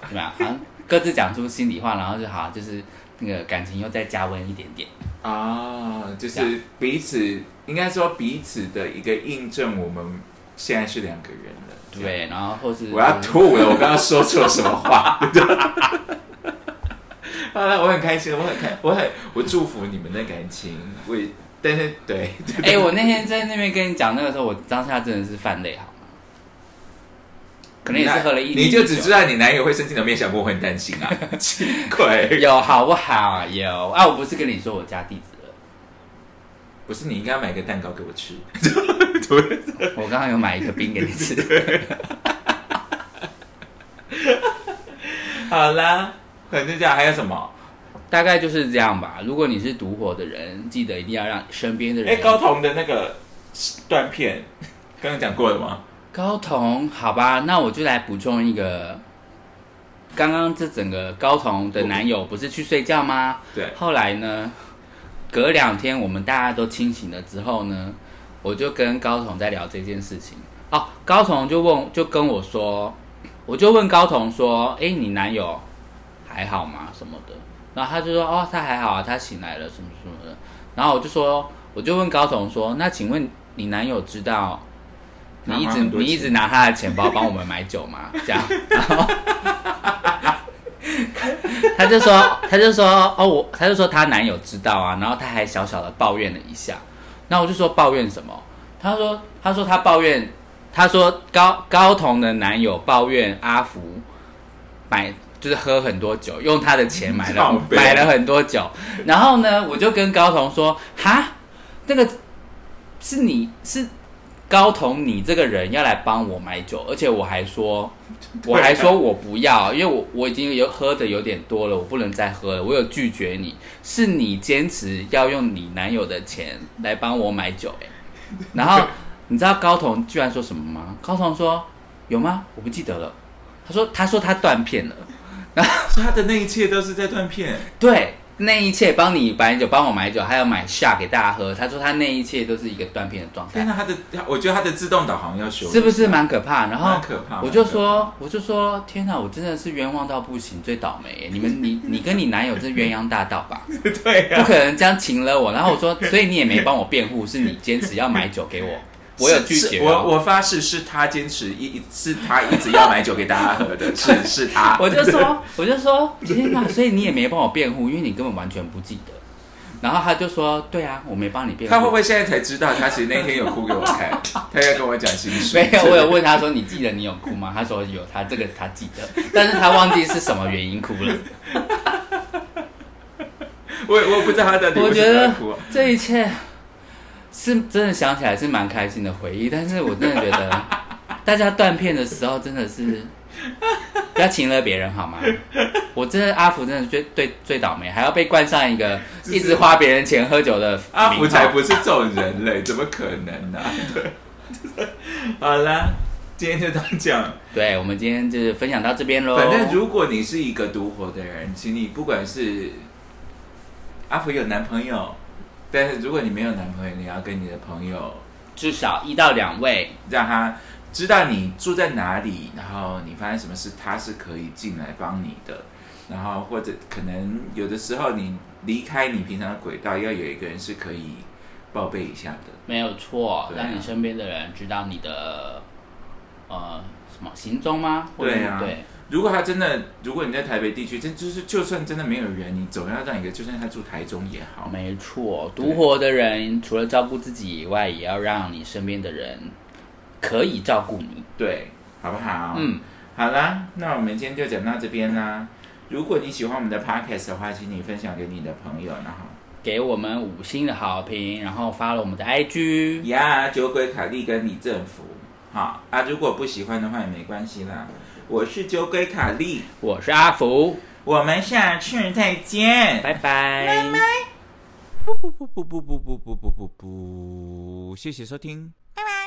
Speaker 4: 怎么样，好像各自讲出心里话，然后就好，就是那个感情又再加温一点点。
Speaker 3: 啊，就
Speaker 4: 这
Speaker 3: 是彼此，应该说彼此的一个印证，我们现在是两个人了。
Speaker 4: 对，然后或是
Speaker 3: 啊我要吐了，我刚刚说错什么
Speaker 4: (laughs)
Speaker 3: 话？好了，我很开心，我很开，我很，我祝福你们的感情。我也，但是对， (laughs)
Speaker 4: 哎、我那天在那边跟你讲那个时候，我当下真的是犯累，好吗？可能也是喝了一，
Speaker 3: 你就只知
Speaker 4: 道
Speaker 3: 道你男友会生气，你没想过我很担心啊？
Speaker 4: (laughs)
Speaker 3: 奇怪，
Speaker 4: 有好不好？有啊，我不是跟你说我家地址了，
Speaker 3: 不是你应该买个蛋糕给我吃？
Speaker 4: 我刚刚有买一个冰给你吃。
Speaker 3: (laughs) 好啦，反正这样还有什么？
Speaker 4: 大概就是这样吧。如果你是独活的人，记得一定要让身边的
Speaker 3: 哎、
Speaker 4: 人。
Speaker 3: 高彤的那个断片，刚刚讲过了吗？
Speaker 4: 高彤，好吧，那我就来补充一个。刚刚这整个高彤的男友不是去睡觉吗？
Speaker 3: 对，
Speaker 4: 后来呢，隔两天我们大家都清醒了之后呢，我就跟高彤在聊这件事情。哦，高彤就问，就跟我说，我就问高彤说：“哎，你男友还好吗？什么的？”然后他就说：“哦，他还好啊，他醒来了，什么什么的。”然后我就说，我就问高彤说：“那请问你男友知道你一
Speaker 3: 拿
Speaker 4: 直
Speaker 3: 很多
Speaker 4: 你一
Speaker 3: 钱
Speaker 4: 直拿他的钱包帮我们买酒吗？”这样，然后他就说，他就说：“哦，我他就说他男友知道啊。”然后他还小小的抱怨了一下。那我就说抱怨什么？他说他说他抱怨，他说高高彤的男友抱怨阿福买就是喝很多酒，用他的钱买
Speaker 3: 靠
Speaker 4: 了
Speaker 3: 北
Speaker 4: 买了很多酒。然后呢，我就跟高彤说哈。那个是你是高彤，你这个人要来帮我买酒，而且我
Speaker 3: (laughs)
Speaker 4: 还说，
Speaker 3: 啊
Speaker 4: 我还说我不要，因为我我已经有喝的有点多了，我不能再喝了，我有拒绝你，是你坚持要用你男友的钱来帮我买酒、
Speaker 3: (laughs)
Speaker 4: 欸，然后你知道高彤居然说什么吗？高彤说有吗？我不记得了，他说他说他断片了。
Speaker 3: 所以他的那一切都是在断片。
Speaker 4: 对，那一切帮你买酒，帮我买酒，还要买下给大家喝。他说他那一切都是一个断片的状
Speaker 3: 天
Speaker 4: 态，
Speaker 3: 哪，他的，我觉得他的自动导航要修，
Speaker 4: 是不是蛮可怕？然后
Speaker 3: 蛮可怕
Speaker 4: 我就
Speaker 3: 蛮
Speaker 4: 说，我就说，天哪，我真的是冤枉到不行，最倒
Speaker 3: (laughs)
Speaker 4: 霉耶。你们，你你跟你男友是鸳鸯大盗吧？
Speaker 3: 对
Speaker 4: 不
Speaker 3: 啊，
Speaker 4: 可能这样情了我。然后我说，所以你也没帮我辩护，是你坚持要买
Speaker 3: (laughs)
Speaker 4: 酒给我，我有拒
Speaker 3: 是
Speaker 4: 绝
Speaker 3: 是
Speaker 4: 哦。
Speaker 3: 我我发誓是他坚持一是他一直要买酒给大家喝的，
Speaker 4: (laughs)
Speaker 3: 是是他。
Speaker 4: 我就
Speaker 3: (laughs)
Speaker 4: 说，我就说，天哪！所以你也没帮我辩护，因为你根本完全不记得。然后他就说，对啊，我没帮你辩护。
Speaker 3: 他会不会现在才知道，他其实那天有哭给我
Speaker 4: (laughs)
Speaker 3: 看，他要跟我讲心事。
Speaker 4: 没有，我有问他说你记得你有哭吗？他说有，他这个他记得，但是他忘记是什么原因哭了。
Speaker 3: 我也我也不知道他到底
Speaker 4: (laughs) 我
Speaker 3: 为
Speaker 4: 觉
Speaker 3: 什么要
Speaker 4: 得
Speaker 3: 哭啊。
Speaker 4: 这一切是真的想起来是蛮开心的回忆，但是我真的觉得 (laughs) 大家断片的时候真的是不要情了别人好吗？我真的阿福真的最最最倒霉，还要被冠上一个
Speaker 3: 就是
Speaker 4: 一直花别人钱喝酒的
Speaker 3: 阿
Speaker 4: 名
Speaker 3: 福
Speaker 4: 号
Speaker 3: 才不是这种人嘞，怎么可能呢、啊？对， (laughs) 好啦，今天就到这样。
Speaker 4: 对，我们今天就是分享到这边
Speaker 3: (laughs)
Speaker 4: 喽。
Speaker 3: 反正如果你是一个独活的人，请你不管是阿福有男朋友，但是如果你没有男朋友，你要跟你的朋友
Speaker 4: 至少一到两位，
Speaker 3: 让他知道你住在哪里，然后你发生什么事，他是可以进来帮你的。然后或者可能有的时候你离开你平常的轨道，要有一个人是可以报备一下的。
Speaker 4: 没有错，
Speaker 3: 对啊
Speaker 4: 让你身边的人知道你的呃什么行踪吗？或者
Speaker 3: 对啊
Speaker 4: 对，
Speaker 3: 如果他真的，如果你在台北地区，真就是就算真的没有人，你总要让一个，就算他住台中也好，
Speaker 4: 没错。独活的人除了照顾自己以外，也要让你身边的人可以照顾你。
Speaker 3: 对，好不好？
Speaker 4: 嗯，
Speaker 3: 好啦，那我们今天就讲到这边啦。如果你喜欢我们的 podcast 的话，请你分享给你的朋友，然后
Speaker 4: 给我们五星的好评，然后发了我们的 IG。
Speaker 3: 呀，酒鬼卡莉跟李政福，好啊。如果不喜欢的话也没关系啦。我是酒鬼卡莉，
Speaker 4: 我是阿福，
Speaker 3: 我们下次再见，
Speaker 4: 拜拜。
Speaker 2: 不不不不不不不不不不不，谢谢收听。
Speaker 3: 拜拜。